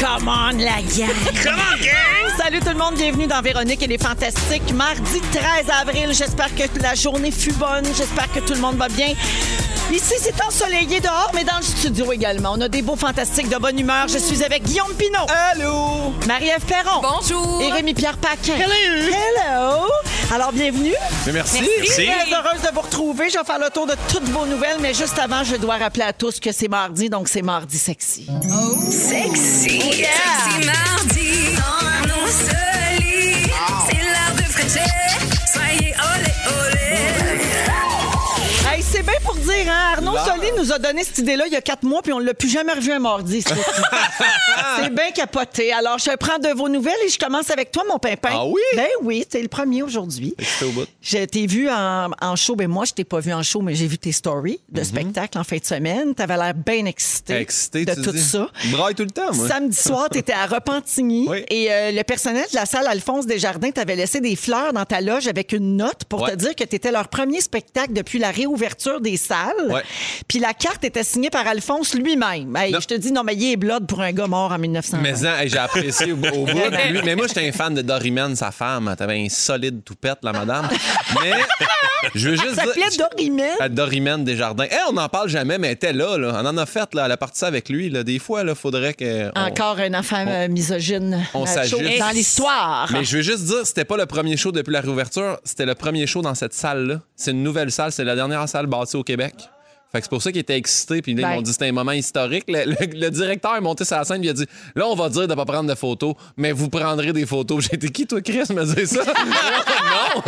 Come on, la guerre! Come on, gang! Salut tout le monde, bienvenue dans Véronique et les Fantastiques. Mardi 13 avril, j'espère que la journée fut bonne, j'espère que tout le monde va bien. Ici, c'est ensoleillé dehors, mais dans le studio également. On a des beaux fantastiques de bonne humeur. Je suis avec Guillaume Pinot. Allô! Marie-Ève Perron. Bonjour. Et Rémi-Pierre Paquin. Hello! Hello! Alors, bienvenue. Merci. Merci. Très heureuse de vous retrouver. Je vais faire le tour de toutes vos nouvelles, mais juste avant, je dois rappeler à tous que c'est mardi, donc c'est mardi sexy. Oh, Yeah. C'est mardi dans nos solis. C'est l'heure de Frencher. Soyez olé olé. Hey, c'est bien pour dire, hein? Arnaud Soli nous a donné cette idée-là il y a quatre mois, puis on ne l'a plus jamais revu un mardi. ce petit. c'est bien capoté. Alors, je prends de vos nouvelles et je commence avec toi, mon pimpin. Ah oui? Ben oui, t'es le premier aujourd'hui. J'étais au bout. Je t'ai vu en, en show, ben moi, je t'ai pas vu en show, mais j'ai vu tes stories de Mhm. spectacle en fin de semaine. T'avais l'air bien excité, Excité, de tu tout dis? ça. Je braille tout le temps, Ah, moi. Samedi soir, t'étais à Repentigny Oui. et euh, le personnel de la salle Alphonse Desjardins t'avait laissé des fleurs dans ta loge avec une note pour te Ouais. dire que t'étais leur premier spectacle depuis la réouverture des salles. Ouais. Puis la carte était signée par Alphonse lui-même. Hey, Non. je te dis, non, mais il est blood pour un gars mort en 1900. Mais non, hey, j'ai apprécié au, au bout. Lui- mais moi, j'étais un fan de Doryman, sa femme. Elle avait un solide toupette, la madame. Mais je veux juste Ça dire. s'appelait Dorimène. À Dorimène Desjardins. Eh, on n'en parle jamais, mais elle était là, là. On en a fait, là. Elle a parti ça avec lui, là. Des fois, là, faudrait que. on- Encore un enfant euh, misogyne on euh, chaud s'ajuste. dans l'histoire. Mais je veux juste dire, c'était pas le premier show depuis la réouverture, c'était le premier show dans cette salle-là. C'est une nouvelle salle, c'est la dernière salle bâtie au Québec. Fait que c'est pour ça qu'ils étaient excités, puis là, Ben. ils m'ont dit c'était un moment historique. Le, le- le directeur est monté sur la scène, puis il a dit Là, on va dire de pas prendre de photos, mais vous prendrez des photos. J'ai été qui, toi, Chris, me dire ça Non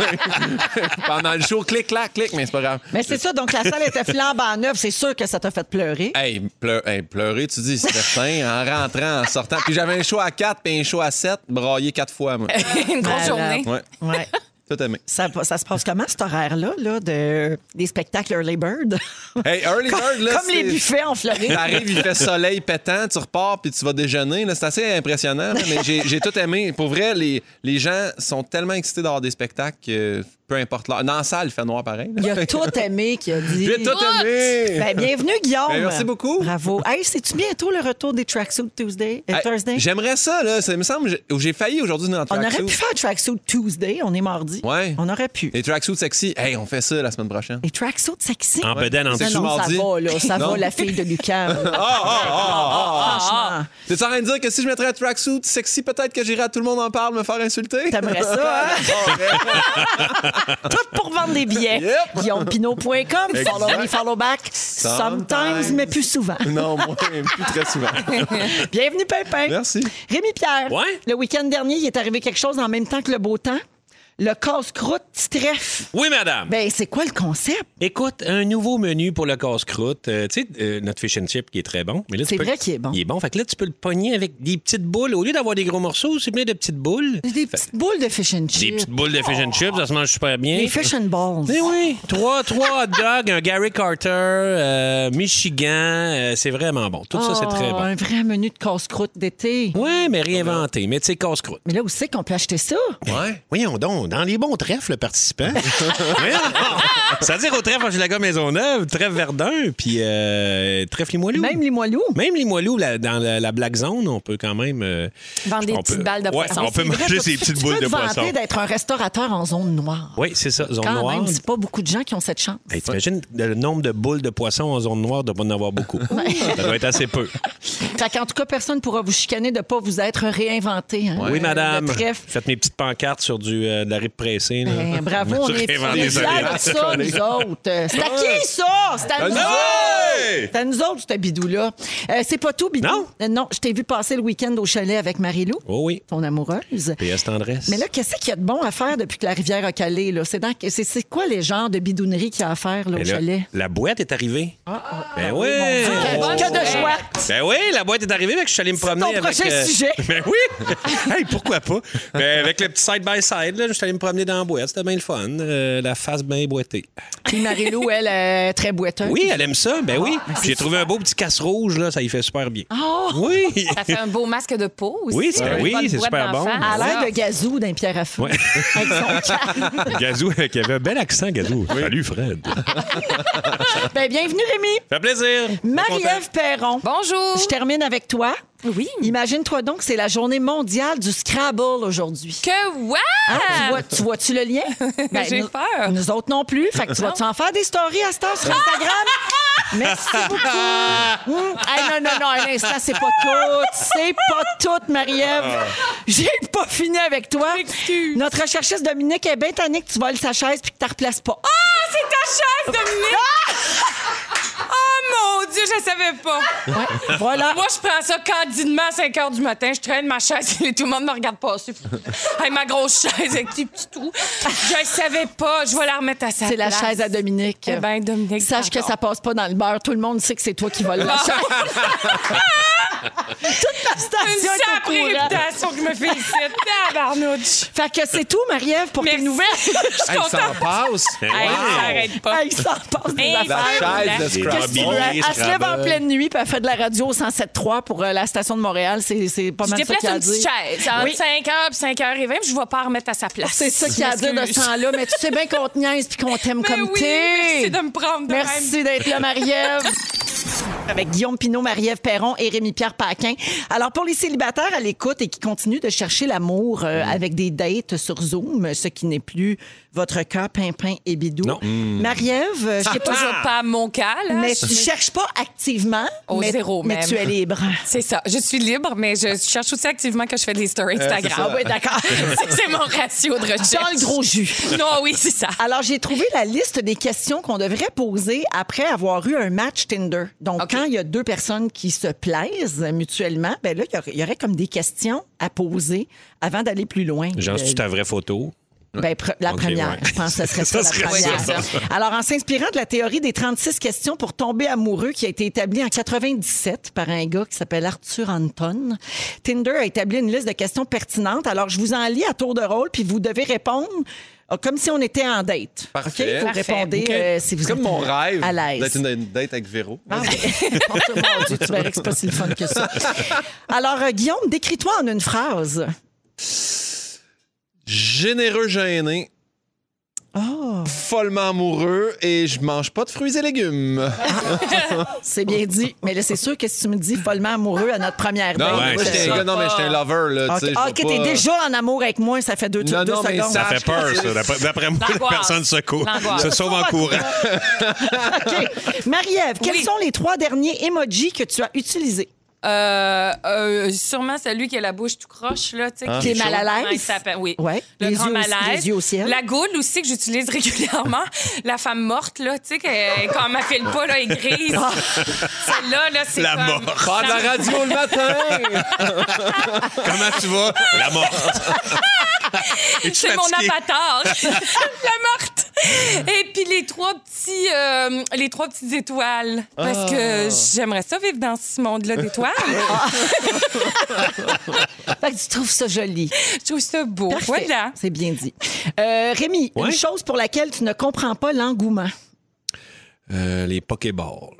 Pendant le show, clic, clac, clic, mais c'est pas grave. Mais c'est ça, donc la salle était flambant neuve. C'est sûr que ça t'a fait pleurer. Hey, pleu- hey, pleurer, tu dis, c'est certain, en rentrant, en sortant. Puis j'avais un show à 4 puis un show à 7, braillé quatre fois, Eh. moi. Une Malade. grosse journée. euh, Ouais, Ouais. tout aimé. Ça, ça se passe comment, cet horaire-là, là, de, des spectacles Early Bird? Hey, Early comme, Bird, là, comme les c'est- buffets en Floride. T'arrives, il fait soleil pétant, tu repars puis tu vas déjeuner. là. C'est assez impressionnant, là, mais j'ai j'ai tout aimé. Pour vrai, les, les gens sont tellement excités d'avoir des spectacles que peu importe l'heure. Dans la salle, il fait noir pareil. là. Il a tout aimé qui a dit. J'ai tout aimé! Ben, bienvenue, Guillaume. Ben, merci beaucoup. Bravo. Hey, c'est-tu bientôt le retour des Tracksuit Tuesday? euh, Hey, Thursday? J'aimerais ça, là. Ça me semble j'ai- j'ai failli aujourd'hui dans le On aurait pu tracksuit. faire Tracksuit Tuesday, on est mardi. Ouais. On aurait pu. Les tracksuits sexy. Hey, on fait ça la semaine prochaine. Les Tracksuit sexy? En bedaine, en C'est Ah dessous. non, ça mardi. va, là. Ça Non? va, la fille de Lucas. Ah, ah, ah, ah, ah. Franchement, T'es en train de dire que si je mettrais un tracksuit sexy, peut-être que j'irais à tout le monde en parle me faire insulter? T'aimerais ça, hein? tout pour vendre des billets. Yep. GuillaumePinot.com. Follow me, Exact. follow back. Sometimes. Sometimes, mais plus souvent. Non, moi, plus très souvent. Bienvenue, Pimpin. Merci. Rémi Pierre. Ouais. Le week-end dernier, il est arrivé quelque chose en même temps que le beau temps. Le casse-croûte petit trèfle. Oui, madame. Ben, c'est quoi le concept? Écoute, un nouveau menu pour le casse-croûte. Euh, tu sais, euh, notre fish and chip qui est très bon. mais là, tu C'est peux- vrai qu'il est bon. Il est bon. Fait que là, tu peux le pogner avec des petites boules. Au lieu d'avoir des gros morceaux, c'est plein de petites boules. Des petites boules de fish and Des chips. petites boules de fish and chips, ça se mange super bien. Des fish and balls. Mais Eh oui, trois, trois hot dogs, un Gary Carter, euh, Michigan, euh, c'est vraiment bon. Tout ça, c'est très Oh, bon. Un vrai menu de casse-croûte d'été. Ouais, mais réinventé. Mais tu sais, casse-croûte. Mais là, où c'est qu'on peut acheter ça? Ouais. Voyons donc, dans les bons trèfles, le participant. Voyons donc. C'est-à-dire au trèfle Angelaga Maisonneuve, trèfle Verdun, puis euh, trèfle Limoilou. Même les moelleux. Même les moelleux, la- dans la, la Black Zone, on peut quand même. euh, Vendre des on petites peut- balles de Ouais, poisson. On peut C'est vrai, manger toi, ces tu- petites Tu boules peux de te poisson. vanter d'être un restaurateur en zone noire. Oui, c'est ça, zone Quand noire. même, c'est pas beaucoup de gens qui ont cette chance. Hey, T'imagines le nombre de boules de poisson en zone noire de pas en avoir beaucoup. Ça doit être assez peu. Fait qu'en tout cas, personne ne pourra vous chicaner de pas vous être réinventé. hein. Oui, Le- madame. Le trèfle. Faites mes petites pancartes sur du, euh, de la rip pressée. là. Ben, bravo, on Je est, on réinvente est les fiers oreilles. de ça, nous autres. Euh, C'est à qui, ça? C'est à nous Ben, autres! hey! C'est à nous autres, ce bidou-là. Euh, c'est pas tout, bidou. Non? Euh, non, je t'ai vu passer le week-end au chalet avec Marie-Lou, Oh oui. ton amoureuse. PS tendresse. Mais là, qu'est-ce qu'il y a de bon à faire depuis que la rivière a calé? là? C'est, dans- c'est, c'est quoi les genres de bidounerie qu'il y a à faire là, au Mais là, chalet? la boîte est arrivée. Ah, ben oui. Que, que de joie! Ben oui, la boîte est arrivée, fait que je suis allé me promener ton avec... prochain sujet. Ben oui! hey, pourquoi pas? Ben, avec le petit side-by-side, là, je suis allé me promener dans la boîte. C'était bien le fun. Euh, la face bien boitée. Puis Marie-Lou, elle, est très boiteuse. Oui, elle aime ça. Ben oui. Puis J'ai trouvé un beau petit casse rouge, là, ça y fait super bien. Ah, Oh! Oui! Ça fait un beau masque de peau aussi. Oui, c'est- Une oui, bonne c'est boîte super d'enfant. bon. À l'air de gazou d'un pierre à feu. Ouais. Avec son casque. Gazou, qui avait un bel accent, Gazou. Salut, Fred. Ben, bienvenue, Rémi. fait plaisir. Marie-Ève Perron. Bonjour. Je termine avec toi. Oui. Imagine-toi donc que c'est la journée mondiale du Scrabble aujourd'hui. Que ouais! Ah, Hein, tu vois- tu vois-tu le lien? Ben, J'ai nous, peur. Nous autres non plus. Fait que tu vas-tu en faire des stories à cette heure sur Instagram? Merci beaucoup. Hum, hey, non, non, non, un instant, c'est pas tout. C'est pas tout, Marie-Ève. J'ai pas fini avec toi. M'excuse. Notre recherchiste Dominique est bien tannée que tu voles sa chaise puis que tu replaces pas. Ah! Ah, c'est ta chaise, Dominique! Ah! Oh mon Dieu, je savais pas. Ouais, Ah, voilà. Moi, je prends ça candidement à 5 h du matin. Je traîne ma chaise et tout le monde me regarde passer. Hey, ma grosse chaise avec des petits trous. Je savais pas. Je vais la remettre à sa C'est la place. chaise à Dominique. Eh ben, Dominique, Sache que pardon. ça passe pas dans le beurre. Tout le monde sait que c'est toi qui voles Ah, la chaise. Toute la Une station est au sacrée courant. réputation que je me félicite. Tabarnouche. Fait que c'est tout, Marie-Ève, pour tes Merci. nouvelles. Je suis Hey, ça en contente. passe. Ben Hey, Wow. ça arrête pas. Hey, il s'en passe des Hey, affaires. La chaise de Qu'est-ce Qu'est-ce que tu veux? Scrabble. Elle elle se lève en Scrabble. pleine nuit puis elle fait de la radio au 107.3 pour euh, la station de Montréal. C'est c'est pas Je mal ça déplace qu'il y a à une dire. petite chaise. Entre Oui. 5h et 5h20, je ne vais pas remettre à sa place. C'est ça qu'il y a à dire de ce temps-là. Mais tu sais bien qu'on te niaise puis qu'on t'aime Mais comme Ben oui, t'es. merci de me prendre de même. Merci d'être là, Marie-Ève. Avec Guillaume Pinot, Marie-Ève Perron et Rémi-Pierre Paquin. Alors, pour les célibataires à l'écoute et qui continuent de chercher l'amour euh, avec des dates sur Zoom, ce qui n'est plus votre cas, Pimpin et Bidou. Non. Marie-Ève, euh, je sais C'est pas, Ah, toujours pas mon cas, là. mais Je- tu cherches pas activement. Au mais, zéro mais même. tu es libre. C'est ça. Je suis libre, mais je cherche aussi activement que je fais des stories Ah Instagram. oui, d'accord. C'est- C'est mon ratio de recherche. Dans le gros jus. Non, oui, c'est ça. Alors, j'ai trouvé la liste des questions qu'on devrait poser après avoir eu un match Tinder. Donc, OK. quand il y a deux personnes qui se plaisent mutuellement, ben là, il y aurait- il y, aurait comme des questions à poser avant d'aller plus loin. Genre, Euh, c'est ta vraie photo. ben, pre- la Ok, première, ouais. je pense que ce serait ça, Ça la serait première. ça. Alors, en s'inspirant de la théorie des 36 questions pour tomber amoureux qui a été établie en 97 par un gars qui s'appelle Arthur Anton, Tinder a établi une liste de questions pertinentes. Alors, je vous en lis à tour de rôle, puis vous devez répondre euh, comme si on était en date. Parfait. OK? Vous Parfait. répondez euh, si vous C'est comme êtes mon à- rêve à d'être l'aise. une, une date avec Véro. Ah, ben, mon Dieu, tu verrais que c'est pas si le fun que ça. Alors, euh, Guillaume, décris-toi en une phrase. Généreux, gêné, Oh, follement amoureux et je mange pas de fruits et légumes. Ah, c'est bien dit. Mais là, c'est sûr que si tu me dis follement amoureux à notre première date, Non, ouais, moi, c'est j'étais un ça. gars, non, mais j'étais un lover, là. Ah, tu sais, ah, je ben, ok, vais t'es pas- déjà en amour avec moi, ça fait deux, Non, deux non, mais secondes. Ah, hein. Ça ça- fait peur, ça. D'après- D'après moi, L'angoisse. personne se court. L'angoisse. Se sauve en courant. OK. Marie-Ève, quels Oui. sont les trois derniers emojis que tu as utilisés? Euh, euh, sûrement celui qui a la bouche tout croche, là, tu sais. Ah. Qui est mal à l'aise. Comment il s'appelle, Oui. Ouais. Le Les grand yeux au- malaise. les yeux au ciel. La goule aussi que j'utilise régulièrement. la femme morte, là, tu sais, que- quand elle m'affile pas, là, elle est grise. Ah. Celle-là, là, c'est La comme... morte. Faire de la radio le matin! Comment tu vas? La mort. C'est mon fatiguée. avatar. la morte. Et puis les trois petits, euh, les trois petites étoiles. Parce que j'aimerais ça vivre dans ce monde-là d'étoiles. Fait que tu trouves ça joli. Je trouve ça beau. Parfait. Voilà. C'est bien dit. Euh, Rémi, Ouais. une chose pour laquelle tu ne comprends pas l'engouement. Euh, les Pokéballs.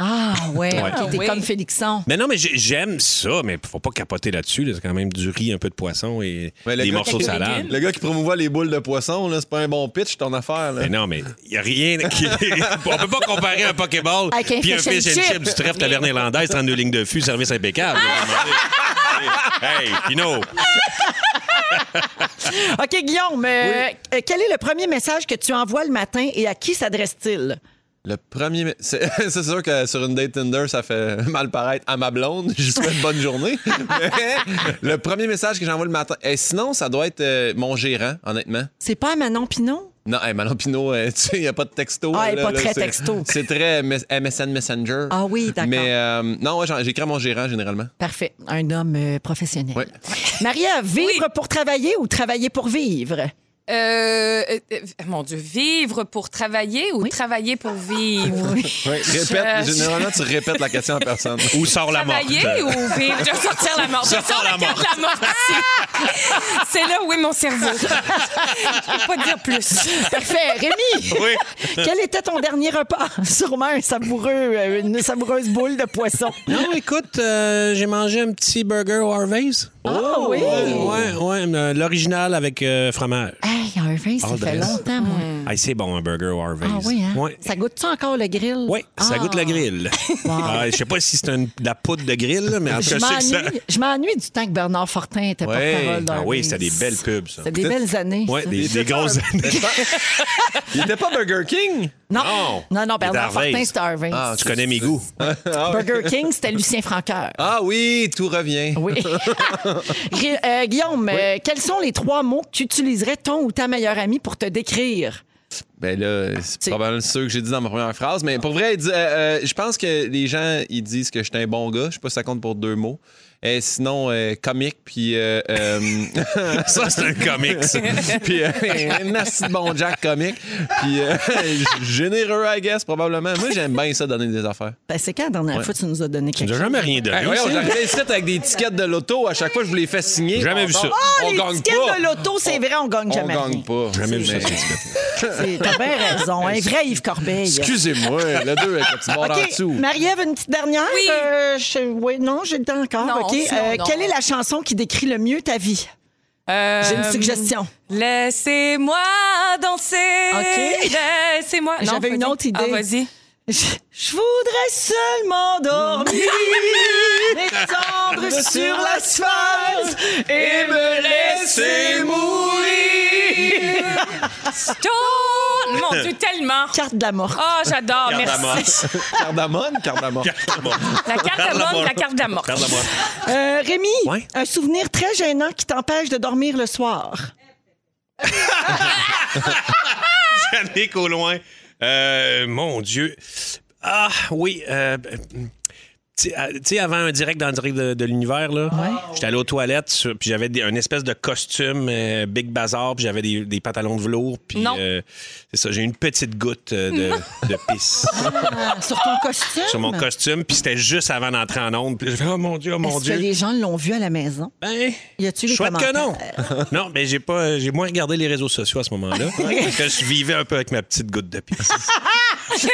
Ah, ouais. Ouais. OK, t'es Ah, oui. comme Félixon. Mais non, mais j'ai- j'aime ça, mais faut pas capoter là-dessus. là. C'est quand même du riz, un peu de poisson et Ouais, le des gars morceaux qui- de salade. Le gars qui promouvoit les boules de poisson, là, c'est pas un bon pitch, ton affaire. Là. Mais non, mais il n'y a rien qui. On peut pas comparer un Pokéball Avec un puis un fish and fish and chip. chip du trèfle taverne irlandaise, 32 lignes de fût, service impeccable. Ah! hey, Pino, OK, Guillaume, euh, euh, quel est le premier message que tu envoies le matin et à qui s'adresse-t-il? Le premier. me- C'est c'est sûr que sur une date Tinder, ça fait mal paraître à ma blonde. Je lui souhaite bonne journée. Mais le premier message que j'envoie le matin. Et sinon, ça doit être euh, mon gérant, honnêtement. C'est pas à Manon Pinon? Non, hey, Manon Pinot, euh, tu sais, il n'y a pas de texto. Ah, elle est là, pas là, très c'est- texto. C'est très mes- MSN Messenger. Ah oui, d'accord. Mais euh, non, ouais, j'en- j'écris à mon gérant généralement. Parfait. Un homme euh, professionnel. Ouais. Maria, vivre pour travailler ou travailler pour vivre? euh, euh, euh, mon Dieu, vivre pour travailler ou travailler pour vivre? Oui, répète. Je- Généralement, tu répètes la question à personne. Où sort la mort? Travailler ou vivre? Je vais sortir la mort. Je vais Sors sortir la la carte de la mort. C'est- C'est là où est mon cerveau. Je peux pas dire plus. Parfait. Rémi, Oui. quel était ton dernier repas? Sûrement un savoureux, euh, une savoureuse boule de poisson. Non, écoute, euh, j'ai mangé un petit burger au Harvey's. Oh! Ah oui! Ouais, ouais, euh, l'original avec euh, fromage. Hey, un vin, ça Oh, fait dresse. longtemps, moi. Ah, c'est bon, un burger au Harvey's. Hmm. Ah oui, hein? Ouais. Ça goûte-tu encore le grill? Oui, ça Ah. goûte le grill. Ah, je sais pas si c'est une- de la poudre de grill, là, mais en tout Je cas, je sais que ça... m'ennuie- je m'ennuie du temps que Bernard Fortin était Ouais. porte-parole Ah oui, d'Harvey's. c'était des belles pubs, ça. C'était des belles années. Ouais, ça. des, des grosses années. Il était pas Burger King? Non, Non. non, non, Bernard Des Fortin, Harvey's. c'était Harvey's. Ah, Tu connais mes goûts. Burger King, c'était Lucien Franqueur. Ah oui, tout revient. Ah Oui. Ré- euh, Guillaume, euh, quels sont les trois mots que tu utiliserais ton ou ta meilleure amie pour te décrire? Ben là, c'est C'est- probablement ceux que j'ai dit dans ma première phrase, mais pour vrai, il dit- euh, euh, je pense que les gens, ils disent que j'étais un bon gars. Je sais pas si ça compte pour deux mots. Et sinon, euh, comique, puis... euh, euh, Hum. Ça, c'est un comic, ça. puis euh, un assez bon Jack comique. Puis euh, généreux, I guess, probablement. Moi, j'aime bien ça, donner des affaires. Ben, c'est quand la dernière fois que tu nous as donné Tu quelque n'as chose? jamais rien donné. Ah, Hey, Ah, voyons, ça. j'arrivais ici avec des tickets de l'auto. À chaque fois, je vous les fais signer. Jamais vu ça. Ah, on les gagne tickets pas. de l'auto, c'est vrai, on gagne On jamais gagne pas. Jamais vu ça, Mais- ces tickets. rien. C'est- T'as bien raison. Un vrai Yves Corbeil. Excusez-moi, le deux avec le petit bord en OK, dessous. Marie-Ève, une petite dernière? Oui. Euh, je- oui, non, j'ai le temps encore. Non, OK. Euh, sinon, non. Quelle est la chanson qui décrit le mieux ta vie? Euh, J'ai une suggestion. Laissez-moi danser. OK. Laissez-moi. Non, J'avais une vas-y. autre idée. Ah, vas-y. Je, je voudrais seulement dormir, m'étendre sur l'asphalte et me laisser mourir. Tourne. Mon Dieu, tellement. Carte de la mort. Ah, j'adore. Carte à Merci. Cardamone, cardamone. La carte d'amour, la carte d'amour. Regarde la moi. Euh, Rémi, Ouais. un souvenir très gênant qui t'empêche de dormir le soir. Yannick au loin. Euh, mon Dieu. Ah, oui. euh, tu sais, à- tu sais, avant un direct dans le direct de, de l'univers, là, j'étais allé aux toilettes, sur- puis j'avais des- un espèce de costume euh, Big Bazar, puis j'avais des, des pantalons de velours, puis Non. euh, c'est ça, j'ai eu une petite goutte euh, de, de pisse Ah, sur ton costume? sur mon costume, puis c'était juste avant d'entrer en onde, puis j'ai fait, oh mon Dieu, oh mon Est-ce que Dieu. les gens l'ont vu à la maison? Ben, Y a-tu les chouette que non. commentaires? non, mais j'ai pas, euh, j'ai moins regardé les réseaux sociaux à ce moment-là, parce que je vivais un peu avec ma petite goutte de pisse.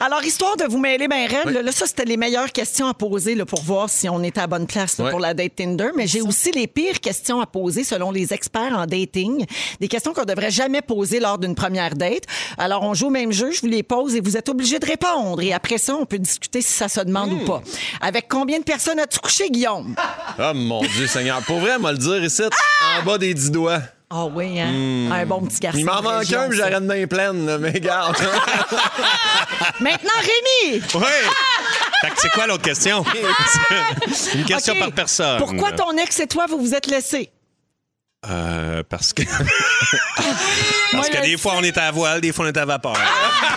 Alors, histoire de vous mêler ben raide, là, là, ça, c'était les meilleures questions à poser là, pour voir si on était à bonne place là, Ouais. pour la date Tinder. Mais j'ai aussi les pires questions à poser selon les experts en dating. Des questions qu'on devrait jamais poser lors d'une première date. Alors, on joue au même jeu, je vous les pose et vous êtes obligés de répondre. Et après ça, on peut discuter si ça se demande Hmm. ou pas. Avec combien de personnes as-tu couché, Guillaume? Ah mon Dieu Seigneur. Pour vrai, moi le dire ici, en bas des dix doigts. Ah oui, hein? Un bon petit garçon. Hmm. Il m'en de manque région, un, puis ça. j'arrête main pleine, là, mais regarde. Maintenant, Rémi! Oui! Fait que c'est quoi l'autre question? Une question OK. par personne. Pourquoi ton ex et toi, vous vous êtes laissés? Euh, parce que. parce je que des fois, on est à voile, des fois, on est à vapeur. Ah!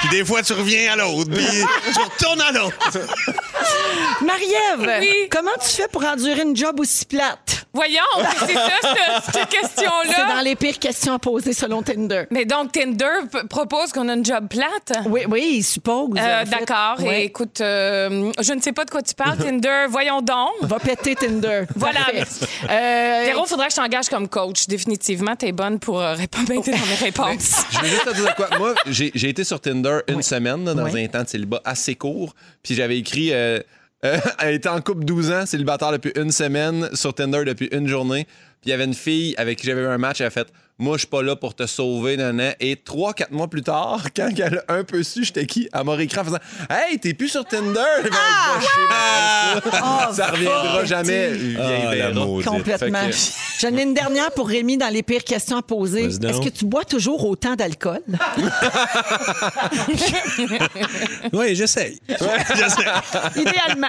Puis des fois, tu reviens à l'autre, puis tu retournes à Ah, l'autre. Marie-Ève, Oui. comment tu fais pour endurer une job aussi plate? Voyons, c'est ça, cette, cette C'est dans question-là. les pires questions à poser selon Tinder. Mais donc, Tinder p- propose qu'on a une job plate? Oui, oui, il suppose. Euh, en fait. D'accord. Oui. Et Écoute, euh, je ne sais pas de quoi tu parles, Tinder. Voyons donc. Va péter Tinder. Voilà. Parfait. Euh, Véro, faudrait que je t'engage comme coach. Définitivement, t'es bonne pour euh, répondre aider dans mes réponses. Je vais juste te dire de quoi. Moi, j'ai j'ai été sur Tinder une Oui. semaine, là, dans Oui. un temps de célibat assez court, puis j'avais écrit. Euh, euh, elle était en couple 12 ans, célibataire depuis une semaine, sur Tinder depuis une journée. Puis il y avait une fille avec qui j'avais eu un match, elle a fait Moi, je suis pas là pour te sauver, nanan. Et 3-4 mois plus tard, quand elle a un peu su, j'étais qui Elle m'a réécrit en faisant Hey, t'es plus sur Tinder Ben, Ah! va chier, ben, ça, Oh, ça reviendra jamais, vieille Ah, la Véro. maudite. Complètement. Fait que- J'en ai une dernière pour Rémi dans les pires questions à poser. Vas-y donc. Est-ce que tu bois toujours autant d'alcool? Oui, j'essaye. J'essaye. Idéalement.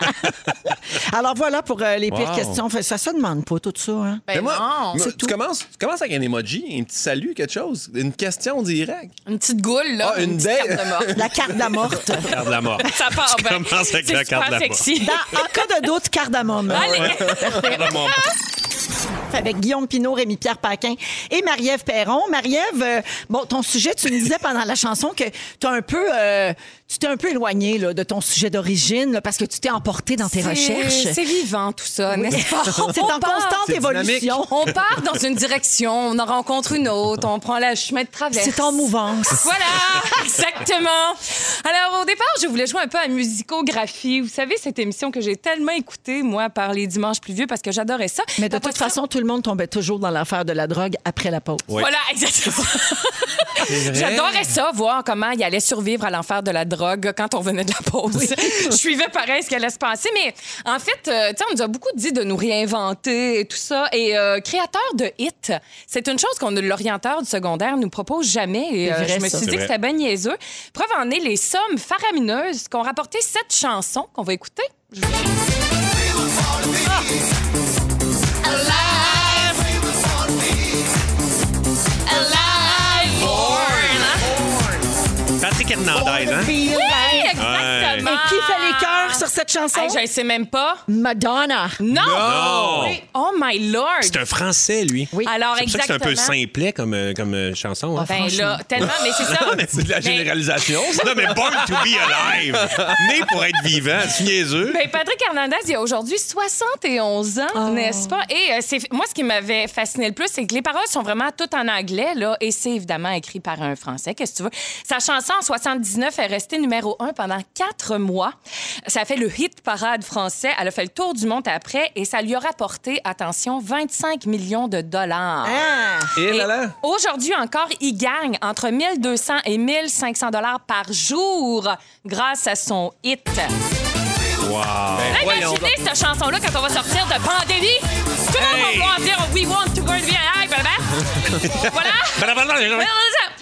Alors voilà pour euh, les pires Wow. questions. Fait, Ça se demande pas tout ça. Hein? Ben Mais moi, non. moi, tu, commences, tu commences avec un emoji, un petit salut, quelque chose, une question directe. Une petite goule, là. Ah, une petite date. carte de mort. La carte de la morte. Garde la mort. Ça part Tu bien. commences avec C'est la carte super de la mort. sexy. Dans- en cas de doute, cardamome. Allez. Garde la mort. avec Guillaume Pinot, Rémi-Pierre Paquin et Marie-Ève Perron. Marie-Ève, euh, bon, ton sujet, tu me disais pendant la chanson que t'as un peu, euh, tu t'es un peu éloigné là, de ton sujet d'origine là, parce que tu t'es emporté dans tes C'est- recherches. C'est vivant, tout ça, n'est-ce pas? C'est On en part- constante évolution. On part dans une direction, on en rencontre une autre, on prend le chemin de traverse. C'est en mouvance. Voilà, exactement. Alors, au départ, je voulais jouer un peu à musicographie. Vous savez, cette émission que j'ai tellement écoutée, moi, par les dimanches pluvieux, parce que j'adorais ça. Mais de Après toute ça- façon, tout le monde tombait toujours dans l'affaire de la drogue après la pause. Oui. Voilà, exactement. J'adorais ça, voir comment il allait survivre à l'enfer de la drogue quand on venait de la pause. Je suivais pareil ce qui allait se passer. Mais en fait, euh, tu sais, on nous a beaucoup dit de nous réinventer et tout ça. Et euh, créateur de hit, c'est une chose qu'on l'orienteur du secondaire nous propose jamais. Et, euh, C'est vrai, je me ça. suis C'est dit que vrai. c'était bien niaiseux. Preuve en est les sommes faramineuses qu'ont rapporté cette chanson qu'on va écouter. Patrick Hernandez, hein? Oui, Et exactement. qui fait les cœurs sur cette chanson? Ah! Hey, je ne sais même pas. Madonna. Non! Non! Oui. Oh my lord! C'est un français, lui. Oui. Alors, C'est pour ça que c'est exactement. un peu simplet comme, euh, comme euh, chanson. hein. Ben là, tellement, mais c'est ça. Ben, C'est de la Mais- ben, généralisation, ça. Non, mais Born to be alive. Né pour être vivant. Tu niaiseux. Ben, Patrick Hernandez, il a aujourd'hui 71 ans, n'est-ce pas? Et euh, c'est moi, ce qui m'avait fasciné le plus, c'est que les paroles sont vraiment toutes en anglais, là, et c'est évidemment écrit par un Français, qu'est-ce que tu veux. Sa chanson en 79 est restée numéro un pendant quatre mois. Ça a fait le hit parade français. Elle a fait le tour du monde après, et ça lui a rapporté, attention, 25 millions de dollars. Ah. Et Et là, là. Aujourd'hui encore, il gagne entre 1200 et 1500 dollars par jour grâce à son hit. Wow. Hey, Imaginez cette chanson-là quand on va sortir de pandémie. Tout le monde Hey. va vouloir dire We want to go to the high, blablabla. ben. voilà.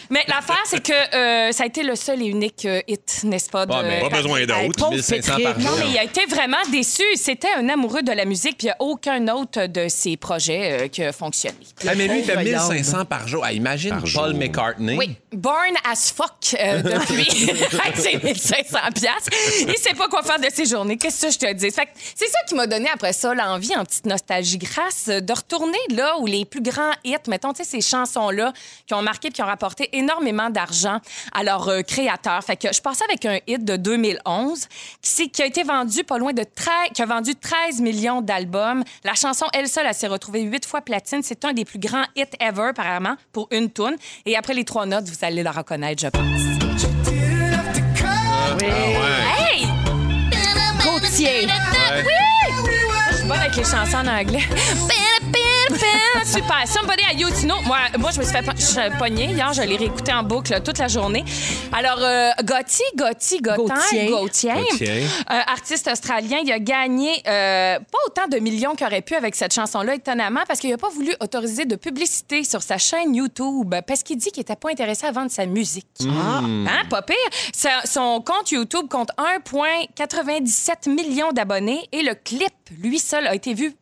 Mais l'affaire, c'est que euh, ça a été le seul et unique euh, hit, n'est-ce pas? de- Ah, mais Pas besoin Hey, d'autre. pauvre 1500 Patrick. par jour. Non, mais il a été vraiment déçu. C'était un amoureux de la musique, puis il n'y a aucun autre de ses projets euh, qui a fonctionné. Ah, mais lui, il fait Incroyable. 1500 par jour. Ah, imagine Paul jour. McCartney. Oui, born as fuck euh, depuis avec ses 1500 piastres. Il sait pas quoi faire de ses journées. Qu'est-ce que je te dis? Fait que c'est ça qui m'a donné après ça l'envie, en petite nostalgie grasse, euh, de retourner là où les plus grands hits, mettons, tu sais, ces chansons-là qui ont marqué, qui ont rapporté énormément d'argent à leurs euh, créateurs. Fait que je passais avec un hit de 2011 qui, s'est- qui a été vendu pas loin de 13, qui a vendu 13 millions d'albums. La chanson elle seule, elle s'est retrouvée huit fois platine. C'est un des plus grands hits ever, apparemment, pour une tune. Et après les trois notes, vous allez la reconnaître, je pense. Hey! Gauthier. Oui! Je suis bonne avec les chansons en anglais. Pin, pin, pin. Super. Somebody à you, you know. Moi, moi, je me suis fait po- je suis pognée. Hier, je l'ai réécouté en boucle toute la journée. Alors, euh, Gotti, Gotti, Gauthier. Gauthier. Gauthier. Gauthier. Euh, artiste australien, il a gagné euh, pas autant de millions qu'il aurait pu avec cette chanson-là, étonnamment, parce qu'il n'a pas voulu autoriser de publicité sur sa chaîne YouTube, parce qu'il dit qu'il n'était pas intéressé à vendre sa musique. Ah, Mm. Hein, pas pire. Sa- son compte YouTube compte 1,97 million d'abonnés et le clip, lui seul, a été vu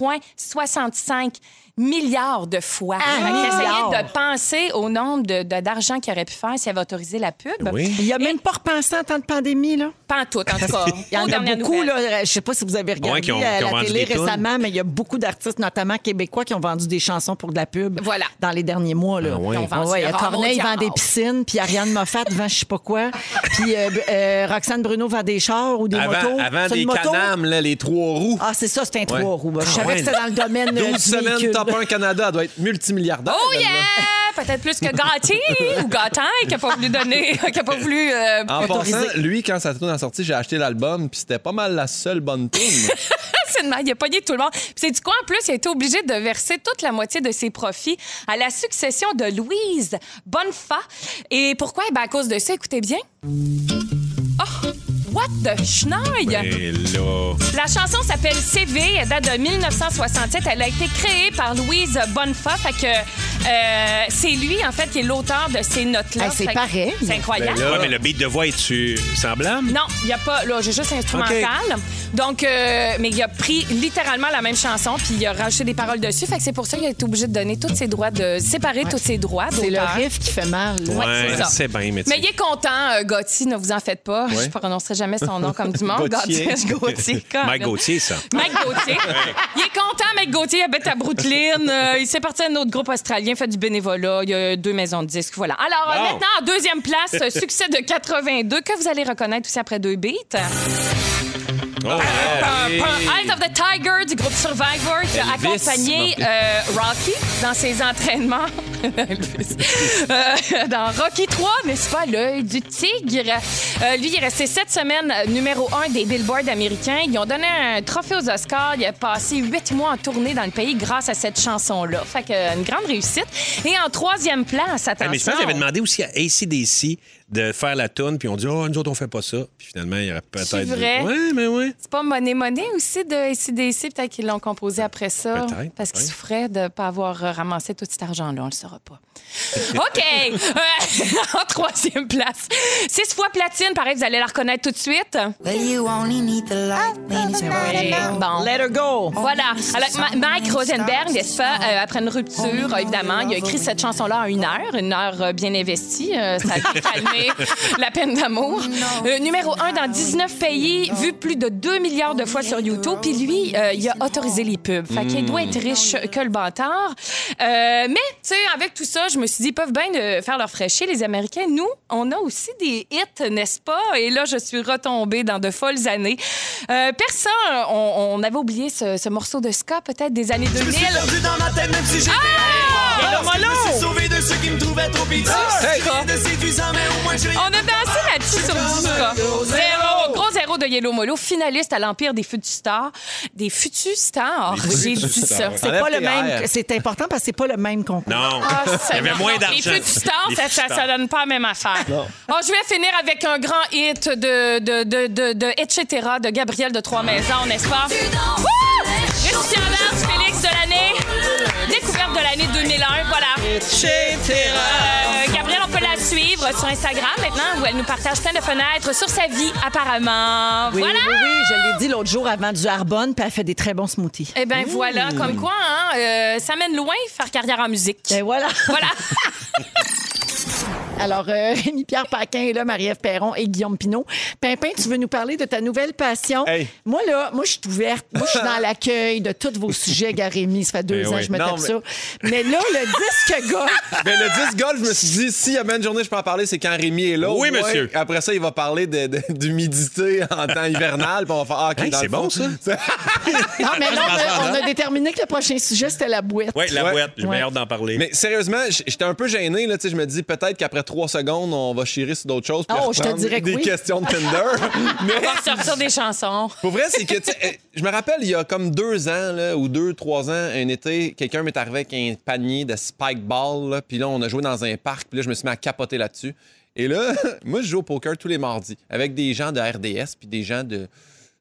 1,65 milliards de fois. Ah, Fait qu'il milliards. essayait de penser au nombre de- de- d'argent qu'il aurait pu faire s'il avait autorisé la pub. Oui. Il a même pas repensé en temps de pandémie, là. Pas en tout, en tout cas. Il y en Aux a dernières beaucoup, nouvelles. là, je sais pas si vous avez regardé Ouais, qui ont- à qui ont la vendu télé des tunes. récemment, mais il y a beaucoup d'artistes, notamment québécois, qui ont vendu des chansons pour de la pub Voilà. dans les derniers mois. Là. Ah ouais. Ils ont vendu Ah ouais, le à Corneille Ramon vend des Diao. piscines, puis Ariane Moffat vend je sais pas quoi, puis euh, euh, Roxane Bruno vend des chars ou des motos. Avant, avant C'est des une moto? canames, là, les trois roues. Ah, c'est ça, c'est un Ouais. trois roues. Je Ah savais ouais. que c'était dans le domaine euh, 12 du semaines véhicule. top 1 Canada, elle doit être multimilliardaire. Oh elle, là. yeah! Peut-être plus que Gatti ou Gatin qui n'a pas voulu donner, qui n'a pas voulu euh, En autoriser. passant, lui, quand sa tourne a sorti, j'ai acheté l'album, puis c'était pas mal la seule bonne tune. C'est de même, il a pogné tout le monde. Puis c'est du quoi en plus, il a été obligé de verser toute la moitié de ses profits à la succession de Louise Bonnefa. Et pourquoi? Eh Ben à cause de ça, écoutez bien. Oh! What the schneid? Et là. La chanson s'appelle CV, elle date de 1967. Elle a été créée par Louise Bonnefa. Fait que euh, c'est lui, en fait, qui est l'auteur de ces notes-là. Hey, c'est Fait que pareil. C'est incroyable. Ouais, mais le beat de voix, est-tu semblable? Non, il n'y a pas. Là, j'ai juste instrumental. Donc, euh, mais il a pris littéralement la même chanson, puis il a rajouté des paroles dessus. Fait que c'est pour ça qu'il a été obligé de donner tous ses droits, de séparer tous ses droits. C'est le d'auteur. riff qui fait mal. là. Ouais, c'est ça. c'est bien, mais tu Mais il est content, euh, Gotti, ne vous en faites pas. Je ne prononcerai jamais jamais son nom comme du monde. Gauthier. Gauthier. Gauthier. Mike Gauthier, ça. Mike Gauthier. Il est content, Mike Gauthier. Il habite à Brooklyn. Euh, il s'est parti à un autre groupe australien, fait du bénévolat. Il y a deux maisons de disques. Voilà. Alors, euh, Bon. maintenant, en deuxième place, euh, succès de 82, que vous allez reconnaître aussi après deux beats. Oh, ouais. Eyes of the Tiger du groupe Survivor qui a Elvis. accompagné euh, Rocky dans ses entraînements. Elvis. Euh, dans Rocky 3, n'est-ce pas, l'œil du tigre. Euh, lui, il est resté sept semaines numéro un des Billboard américains. Ils ont donné un trophée aux Oscars. Il a passé huit mois en tournée dans le pays grâce à cette chanson-là. Fait que, une grande réussite. Et en troisième place, attention. Ah, mais je pense qu'ils avaient demandé aussi à ACDC de faire la toune, puis on dit, oh, nous autres, on fait pas ça. Puis finalement, il y aurait peut-être. C'est vrai? Ouais, mais ouais. C'est pas Monet Monet aussi de ACDC, peut-être qu'ils l'ont composé après ça. Peut-être, Parce qu'ils peut-être. souffraient de ne pas avoir euh, ramassé tout cet argent-là, on le saura pas. OK! Euh, en troisième place. Six fois platine, pareil, vous allez la reconnaître tout de suite. Well, you only need the light when it's burning out. Bon. Let her go. Voilà. Alors, Ma- Mike Rosenberg, n'est-ce pas, euh, après une rupture, euh, évidemment, il a écrit cette chanson-là en une heure, une heure euh, bien investie. euh, ça a calmé la peine d'amour. Euh, numéro un dans 19 pays, vu plus de 2 milliards de fois sur YouTube. Puis lui, euh, il a autorisé les pubs. Fait qu'il doit être riche que le bâtard. Euh, mais, tu sais, avec tout ça, je me suis dit, ils peuvent bien euh, faire leur fraîcher, les Américains. Nous, on a aussi des hits, n'est-ce pas? Et là, je suis retombée dans de folles années. Euh, personne, on, on avait oublié ce, ce morceau de ska, peut-être, des années 2000. perdu dans ma tête, même si j'étais Ah! à la mort. Parce que Hello, Je me Molo! suis sauvé de ceux qui me trouvaient trop petits. Hey! Rien de séduisant, mais au moins j'ai On a dansé là-dessus sur du ska. Zéro! Gros zéro de Yellow Molo, finaliste à l'Empire des Futus Stars. Des Futus Stars, j'ai dit ça. C'est pas le même. C'est important parce que c'est pas le même concours. Non. Ah, il y Seigneur, avait moins non. d'argent. Les feux du temps, Les ça, feux ça, du ça temps. donne pas la même affaire. Oh, je vais finir avec un grand hit de, de, de, de, de Etc. de Gabriel de Trois-Maisons, n'est-ce pas? Wouh! Récipiendaire du Félix de l'année. Découverte de l'année 2001, voilà. Euh, Gabrielle, on peut la suivre sur Instagram maintenant où elle nous partage plein de fenêtres sur sa vie apparemment. Oui, voilà! oui, oui, je l'ai dit l'autre jour avant du Harbonne, puis elle fait des très bons smoothies. Eh bien voilà, comme quoi, hein, euh, ça mène loin faire carrière en musique. Et Ben voilà. Voilà. Alors, euh, Rémi-Pierre Paquin est là, Marie-Ève Perron et Guillaume Pinault. Pimpin, tu veux nous parler de ta nouvelle passion? Hey. Moi, là, moi, je suis ouverte. Moi, je suis dans l'accueil de tous vos sujets, gars Rémi. Ça fait deux Eh ans oui. que je me Non, tape mais- ça. Mais là, le disque gars, Ben, le 10 golf, je me suis dit, s'il y a bien une journée, je peux en parler, c'est quand Rémi est là. Oui, Ouais. monsieur. Après ça, il va parler de- de- d'humidité en temps hivernal, puis on va faire, ah, OK, Hey, dans le c'est bon, fond. non, mais là, on a- on a déterminé que le prochain sujet, c'était la bouette. Oui, la Ouais. boîte. J'ai Ouais. bien hâte d'en parler. Mais sérieusement, j- j'étais un peu gêné. Là, tu sais, je me dis peut-être qu'après trois secondes, on va chirer sur d'autres choses. puis Oh, je te reprendre dirais que Des oui. questions de Tinder. On Mais va sortir des chansons. pour vrai, c'est que tu sais, euh, je me rappelle, il y a comme deux ans là, ou deux, trois ans, un été, quelqu'un m'est arrivé avec un panier de spike ball. là, puis là, on a joué dans un parc. Puis là, je me suis mis à capoter là-dessus. Et là, moi, je joue au poker tous les mardis avec des gens de RDS puis des gens de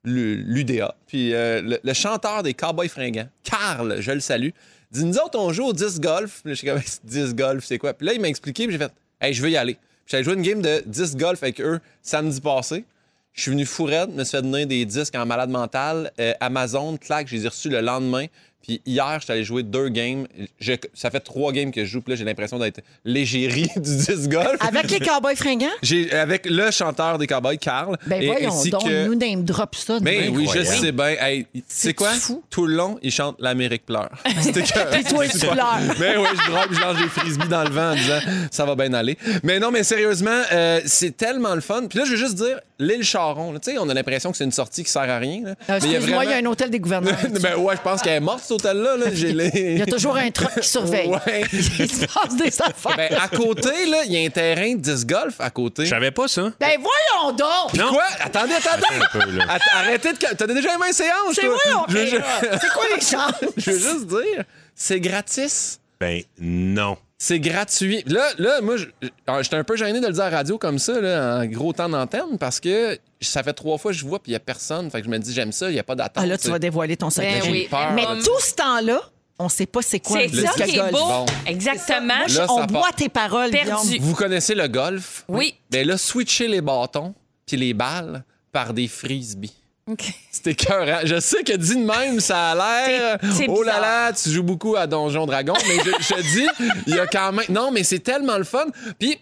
l'UDA. Puis euh, le, le chanteur des Cowboys fringants, Carl, je le salue, dit Nous autres, on joue au 10 golf. Puis là, je suis comme 10 golf, c'est quoi Puis là, il m'a expliqué, puis j'ai fait Hey, je veux y aller. Puis j'allais jouer une game de 10 golf avec eux samedi passé. Je suis venu fourrette, me suis fait donner des disques en malade mental. Euh, Amazon, clac, je les ai reçus le lendemain. Puis hier, je suis allé jouer deux games. Je- ça fait trois games que je joue, puis là, j'ai l'impression d'être l'égérie du 10 golf. Avec les cowboys fringants? J'ai- avec le chanteur des Cowboys, Carl. Ben et voyons ainsi donc, que- nous name drop ça. mais nous. oui, je Incroyable. sais bien. Hey, tu sais quoi? fou? Tout le long, il chante L'Amérique pleure. C'était que- Puis toi, tu pleures. mais oui, je drague, je lance des frisbees dans le vent en disant ça va bien aller. Mais non, mais sérieusement, euh, c'est tellement le fun. Puis là, je veux juste dire, l'île Charon, là, tu sais, on a l'impression que c'est une sortie qui sert à rien. là. Euh, Mais il y a Excuse-moi, il y a un vraiment- hôtel des gouverneurs. ben ouais, je pense qu'elle est morte, cet hôtel-là. là. J'ai les- Il y a toujours un truc qui surveille. Ouais. Il se passe des affaires. Ben, à côté, là, il y a un terrain de disc golf à côté. Je savais pas ça. Ben voyons donc! Non. Quoi? Attendez, attendez! Attends un peu, là. Att- arrêtez de. cal- T'as déjà aimé un séance, C'est toi? voyons! Je veux ju- C'est quoi les chances? Je veux juste dire, c'est gratis. Ben, non. C'est gratuit. Là, là moi, je- je- j'étais un peu gêné de le dire à la radio comme ça, là, en gros temps d'antenne, parce que ça fait trois fois que je vois, puis il n'y a personne. Fait que je me dis, j'aime ça, il n'y a pas d'attente. Ah là, tu vas dévoiler ton secret. Ben j'ai oui. peur, Mais là. tout ce temps-là, on sait pas Um, c'est quoi C'est un ça disque qui est golf. beau. Bon. Exactement. Là, On ça boit part. tes paroles, Perdu. Guillaume. Vous connaissez le golf? Oui. Bien là, switchez les bâtons, puis les balles, par des frisbees. OK. C'était écœurant. Je sais que dit de même, ça a l'air. C'est- c'est Oh là bizarre. là, tu joues beaucoup à Donjon Dragon, mais je, je te dis, il y a quand même. Non, mais c'est tellement le fun. Puis.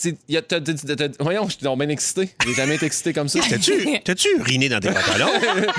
tu- tu- y a- t'as- t'as- t'as- t'as- Voyons, je suis donc bien excité. J'ai jamais été excité comme ça. T'as-tu, t'as-tu uriné dans tes pantalons?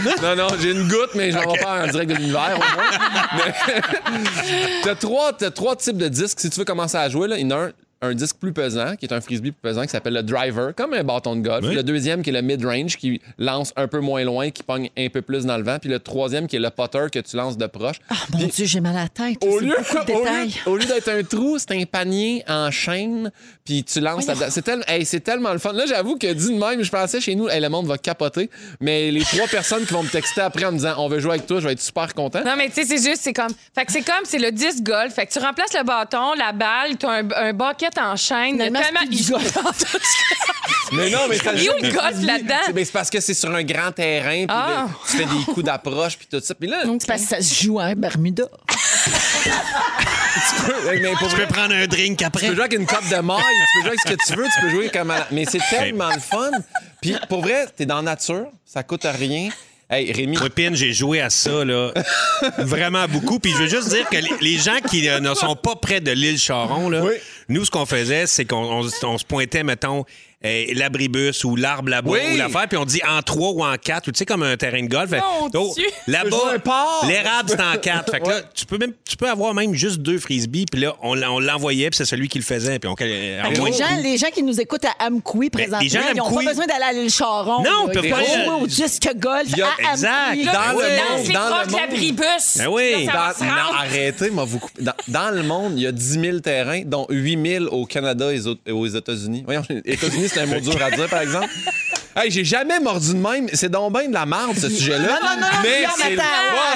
Non, non, j'ai une goutte, mais je vais pas faire en direct de l'univers au moins. Mais- t'as trois, t'as trois types de disques. Si tu veux commencer à jouer, là, il y en a un. Un disque plus pesant, qui est un frisbee plus pesant, qui s'appelle le driver, comme un bâton de golf. Oui. Le deuxième, qui est le mid-range, qui lance un peu moins loin, qui pogne un peu plus dans le vent. Puis le troisième, qui est le putter, que tu lances de proche. Mon Dieu, j'ai mal à la tête. Au C'est lieu, beaucoup de au détails. lieu- au lieu d'être un trou, c'est un panier en chaîne, puis tu lances là-dedans. C'est tel- hey, c'est tellement le fun. Là, j'avoue que dit de même, je pensais chez nous, hey, le monde va capoter, mais les trois personnes qui vont me texter après en me disant on veut jouer avec toi, je vais être super content. Non, mais tu sais, c'est juste, c'est comme. Fait que c'est comme, c'est le 10 golf. Fait que tu remplaces le bâton, la balle, t'as un, un bucket en chaîne. Il y a Finalement, tellement. c'est plus du golf. Mais non, mais ça Il y a où le golf C'est là-dedans? ben, c'est parce que c'est sur un grand terrain, puis Ah. là, tu fais des coups d'approche, puis tout ça. Puis là, C'est parce que ça se joue à Bermuda. tu peux. mais pour tu vrai, peux prendre un drink après. Tu peux jouer avec une coupe de maille, tu peux jouer avec ce que tu veux, tu peux jouer comme à la- Mais c'est tellement le fun. Puis pour vrai, t'es dans la nature, ça coûte rien. Hey, Rémi, Moi, Pin, j'ai joué à ça, là, vraiment beaucoup. Puis je veux juste dire que les- les gens qui euh, ne sont pas près de l'île Charon, là, Oui. nous, ce qu'on faisait, c'est qu'on on s- on se pointait, mettons, euh, l'abribus ou l'arbre là-bas Oui. ou l'affaire, puis on dit en trois ou en quatre, ou tu sais, comme un terrain de golf. Fait- oh, Mon Tu Dieu. peux jouer un là-bas, porc. l'érable, c'est en quatre. Fait que là, tu peux, même, tu peux avoir même juste deux frisbees, puis là, on, l'a- on l'envoyait, puis c'est celui qui le faisait. Puis on, Ben en Les moins- gens, les gens qui nous écoutent à Amqui présentement, les gens à ils n'ont pas Amqui- besoin d'aller à l'île Charon. là. Non, ils peuvent ils pas aller- jouer au disque golf Il y a- à Amqui. Exact. Là, Dans le là, monde, c'est dans le proche de monde. l'abribus. Ben oui. Là, ça va Dans, se non, rendre. arrêtez, moi, vous couper. Dans, dans le monde, il y a 10 000 terrains, dont 8 000 au Canada et aux- et aux États-Unis. Voyons, États-Unis, c'est un mot dur à dire, par exemple. Hey, j'ai jamais mordu de même. C'est donc bien de la merde, ce sujet-là. Non, non, non, non, mais non, c'est le fun.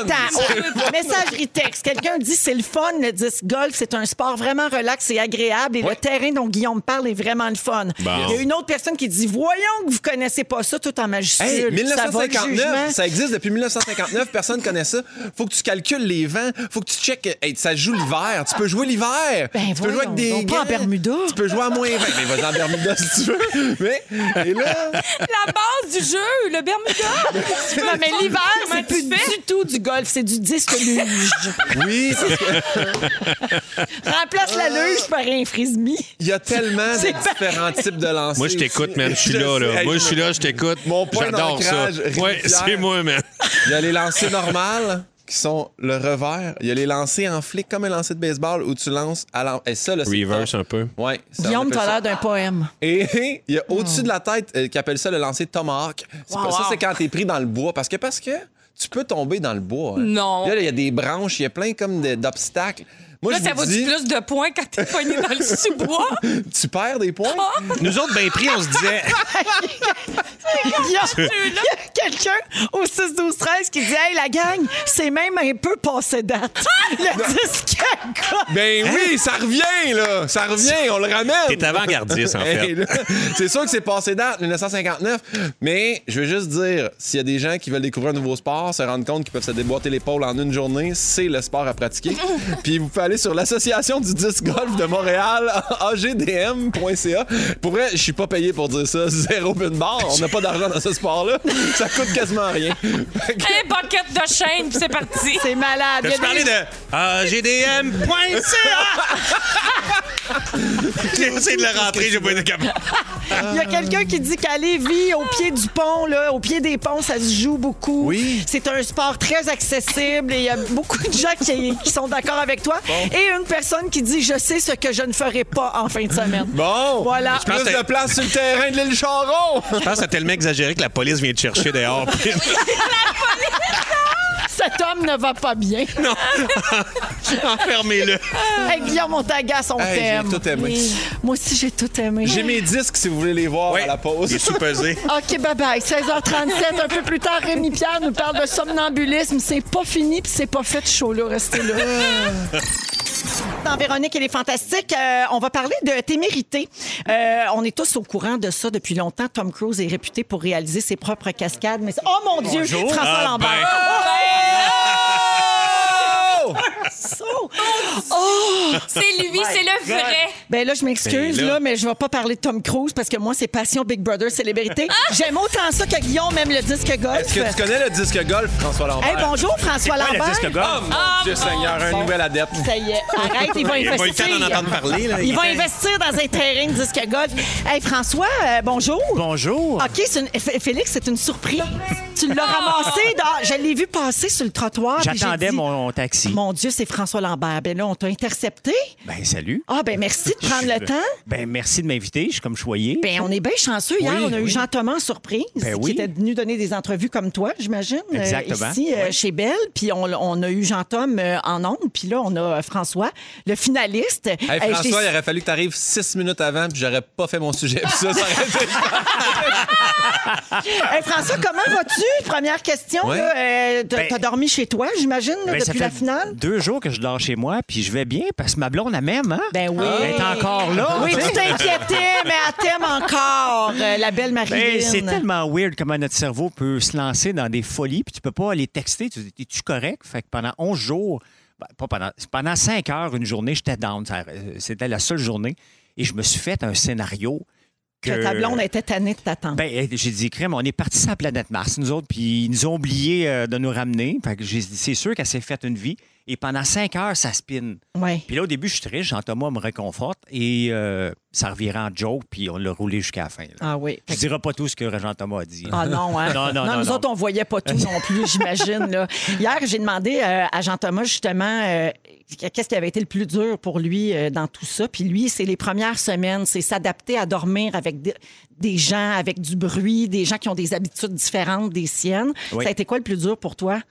attends, attends. Oh, Messagerie texte. Quelqu'un dit c'est le fun, le disc golf. C'est un sport vraiment relax et agréable. Et le Ouais. terrain dont Guillaume parle est vraiment le fun. Il Bon. y a une autre personne qui dit voyons que vous connaissez pas ça tout en majuscule. Hey, Ça va, le 1959, jugement. ça, existe depuis 1959, personne connaît ça. Faut que tu calcules les vents, faut que tu checkes. Hey, ça joue l'hiver, tu peux jouer l'hiver. Ben tu peux jouer voyons avec des donc, pas en gants. Bermuda. Tu peux jouer à moins 20. Mais vas-y en Bermuda si tu veux. Mais et là, La base du jeu, le Bermuda. Tu peux Non, mais pas- l'hiver, comment c'est tu plus fais? du tout du golf, c'est du disque luge. oui, c'est- Remplace la luge par un frisbee. il y a tellement C'est de différents types de lancers. Moi, je t'écoute, aussi. man. Je suis là, là. sais, Moi, hey, je suis là, je t'écoute. Mon point J'adore ça. d'ancrage, rivière. Ouais, c'est moi, man. Il y a les lancers normales qui sont le revers. Il y a les lancers en flic comme un lancer de baseball où tu lances à l'en- Et ça, là, c'est- Reverse un peu. Ouais, ça, on Guillaume, appelle t'as ça- l'air d'un poème. Et il y a au-dessus de la tête euh, qui appelle ça le lancer tomahawk. C'est Hmm. Wow, pas- Ça, wow. c'est quand t'es pris dans le bois. Parce que, parce que tu peux tomber dans le bois. hein. Non. Là, il y a des branches, il y a plein comme de- d'obstacles. Moi, Là, je ça vous vaut dis, plus de points quand t'es poigné dans le sous-bois. tu perds des points. Ah! Nous autres, bien pris, on se disait. Il y a, il y a quelqu'un au 6-12-13 qui dit Hey, la gang, c'est même un peu passé date. Le disque golf. Ben oui, ça revient, là. Ça revient, on le ramène. T'es avant-gardiste, en fait. Hey, là, c'est sûr que c'est passé date, 1959. Mais je veux juste dire, s'il y a des gens qui veulent découvrir un nouveau sport, se rendre compte qu'ils peuvent se déboîter l'épaule en une journée, c'est le sport à pratiquer. Puis vous pouvez aller sur l'association du disc golf de Montréal, agdm.ca. Pour vrai, je suis pas payé pour dire ça. Zéro une barre. On n'a pas d'argent dans ce sport-là. Ça coûte quasiment rien. Fait que- Un bucket de chaîne, puis c'est parti. C'est malade. Il y a T'as-tu des- parlé de ah, agdm.ca? J'ai essayé de le rentrer, j'ai pas été capable. Il y a quelqu'un qui dit qu'à Lévis, au pied du pont, là, au pied des ponts, ça se joue beaucoup. Oui. C'est un sport très accessible et il y a beaucoup de gens qui, qui sont d'accord avec toi. Et une personne qui dit Je sais ce que je ne ferai pas en fin de semaine. Bon! Voilà. pense Plus que- de place sur le terrain de l'île Charon! Je pense que t'as tellement exagéré que la police vient te chercher dehors. Cet homme ne va pas bien. Enfermez-le. Hey, Guillaume, on t'agace, on Hey, j'ai t'aime. tout aimé. Oui. Moi aussi, j'ai tout aimé. J'ai mes disques si vous voulez les voir à la pause. Il est sous-pesé. OK, bye-bye. 16h37, un peu plus tard, Rémi-Pierre nous parle de somnambulisme. C'est pas fini, puis c'est pas fait, ce show-là. Restez là. Dans Véronique, elle est fantastique. Euh, on va parler de témérité. Euh, on est tous au courant de ça depuis longtemps. Tom Cruise est réputé pour réaliser ses propres cascades. Mais c'est- oh mon Dieu, François Ah, Lambert. ben. Oh! Oh! Oh! C'est lui, c'est le vrai. Ben là, je m'excuse, Ben là. là, mais je vais pas parler de Tom Cruise parce que moi, c'est passion Big Brother célébrité. J'aime autant ça que Guillaume aime le disque golf. Est-ce que tu connais le disque golf, François Lambert? Hey, bonjour, François Ouais, Lambert. le disque golf. Oh mon Dieu Seigneur, un nouvel adepte. Ça y est, arrête, il va Il a pas eu le investir. temps d'en entendre parler, là. Il va était- investir dans un terrain de disque golf. Hey, François, euh, bonjour. Bonjour. OK, c'est une- F- Félix, c'est une surprise. Tu l'as ramassé. dans- Je l'ai vu passer sur le trottoir. puis j'ai J'attendais dit, mon taxi. Mon Dieu, c'est François Lambert. Ben là, on t'a intercepté. Ben, salut. Ah, ben merci de prendre Je- le temps. Ben, merci de m'inviter. Je suis comme choyé. Ben, on est bien chanceux. Hier, Oui, on a eu oui. Jean-Thomas en surprise, Ben qui oui. était venu donner des entrevues comme toi, j'imagine, euh, Exactement. ici euh, chez Belle. Puis on, on a eu Jean-Thomas euh, en ondes. Puis là, on a euh, François, le finaliste. Hey, Hey, François, j'ai- il aurait fallu que tu arrives six minutes avant, puis j'aurais pas fait mon sujet. Puis ça, ça aurait été- Hey, François, comment vas-tu? Première question. Ouais. là, euh, t'as Ben- t'as dormi chez toi, j'imagine, là, Ben, ça depuis la fait finale? Deux jours que je dors chez moi, puis je vais bien parce que ma blonde, elle m'aime, hein? Ben oui. Elle est encore là. Oui, tu sais. tu t'inquiétais, mais elle t'aime encore, euh, la belle marie Ben, c'est tellement weird comment notre cerveau peut se lancer dans des folies, puis tu peux pas les texter. Tu dis, es-tu correct? Fait que pendant 11 jours, ben, pas pendant, pendant 5 heures, une journée, j'étais down. Ça- euh, C'était la seule journée. Et je me suis fait un scénario que. Que ta blonde était tannée de t'attendre. Ben, euh, j'ai dit, crème, on est parti sur la planète Mars, nous autres, puis ils nous ont oublié euh, de nous ramener. Fait que j'ai dit, c'est sûr qu'elle s'est faite une vie. Et pendant 5 heures, ça spinne. Ouais. Puis là, au début, je suis triste. Jean-Thomas me réconforte et euh, ça revirait en joke, puis on l'a roulé jusqu'à la fin. là. Ah oui. Je ne dirai pas tout ce que Jean-Thomas a dit. Ah non, hein? Non, non, non, nous non. autres, on voyait pas tout non plus, j'imagine. là. Hier, j'ai demandé euh, à Jean-Thomas, justement, euh, qu'est-ce qui avait été le plus dur pour lui euh, dans tout ça. Puis lui, c'est les premières semaines, c'est s'adapter à dormir avec des, des gens, avec du bruit, des gens qui ont des habitudes différentes des siennes. Oui. Ça a été quoi le plus dur pour toi?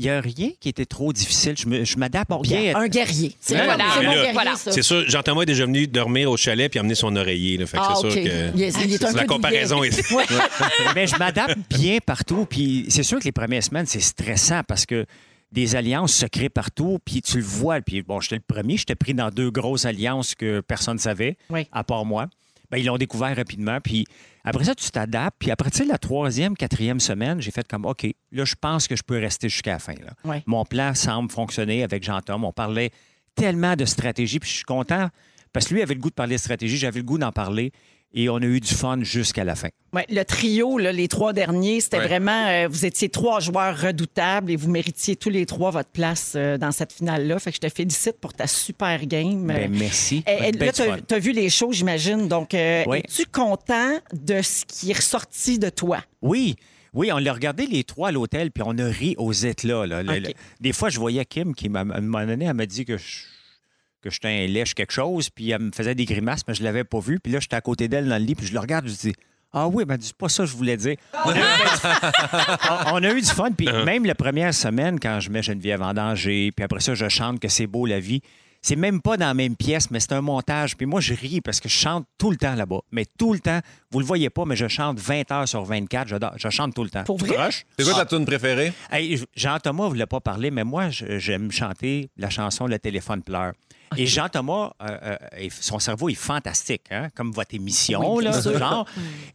Il n'y a rien qui était trop difficile. Je me- je m'adapte bien. Un guerrier. C'est Ben mon- voilà, c'est mon mais là, guerrier, voilà. ça. C'est sûr, Jean-Thomas est déjà venu dormir au chalet puis amener son oreiller. Là, fait que Ah, c'est OK. sûr que Il est- il est un la peu comparaison lié. est... Ouais. Mais Eh ben, je m'adapte bien partout. Puis c'est sûr que les premières semaines, c'est stressant parce que des alliances se créent partout, puis tu le vois. Puis bon, j'étais le premier, j'étais pris dans deux grosses alliances que personne ne savait, Oui. à part moi. Ben, ils l'ont découvert rapidement. Puis après ça, tu t'adaptes. Puis après, tu sais, la troisième, quatrième semaine, j'ai fait comme OK, là, je pense que je peux rester jusqu'à la fin. là. Oui. Mon plan semble fonctionner avec Jean-Tom. On parlait tellement de stratégie, puis je suis content parce que lui avait le goût de parler de stratégie, j'avais le goût d'en parler. Et on a eu du fun jusqu'à la fin. Ouais, le trio, là, les trois derniers, c'était Ouais. vraiment. euh, vous étiez trois joueurs redoutables et vous méritiez tous les trois votre place euh, dans cette finale-là. Fait que je te félicite pour ta super game. Ben, Euh, merci. eh, eh, Ben, là, du fun. tu as vu les shows, j'imagine. Donc, euh, Oui. es-tu content de ce qui est ressorti de toi? Oui, oui, on l'a regardé les trois à l'hôtel, puis on a ri aux éclats. Là. Le- OK. le- des fois, je voyais Kim qui, m'a- à un moment donné, elle m'a dit que je que j'étais un lèche quelque chose, puis elle me faisait des grimaces, mais je l'avais pas vu. Puis là, j'étais à côté d'elle dans le lit, puis je la regarde, je dis Ah oui, ben c'est pas ça que je voulais dire. On a eu- on a eu du fun, puis même la première semaine, quand je mets Geneviève en danger, puis après ça, je chante que c'est beau la vie. C'est même pas dans la même pièce, mais c'est un montage. Puis moi, je ris parce que je chante tout le temps là-bas. Mais tout le temps, vous le voyez pas, mais je chante 20 heures sur 24. Je, je chante tout le temps. Pour vrai? Proche? C'est quoi ta tune préférée? Hey, je- Jean-Thomas ne voulait pas parler, mais moi, je- j'aime chanter la chanson Le téléphone pleure. Et Jean-Thomas, euh, euh, est- son cerveau est fantastique, hein, comme votre émission, Oui, bien là, sûr. genre.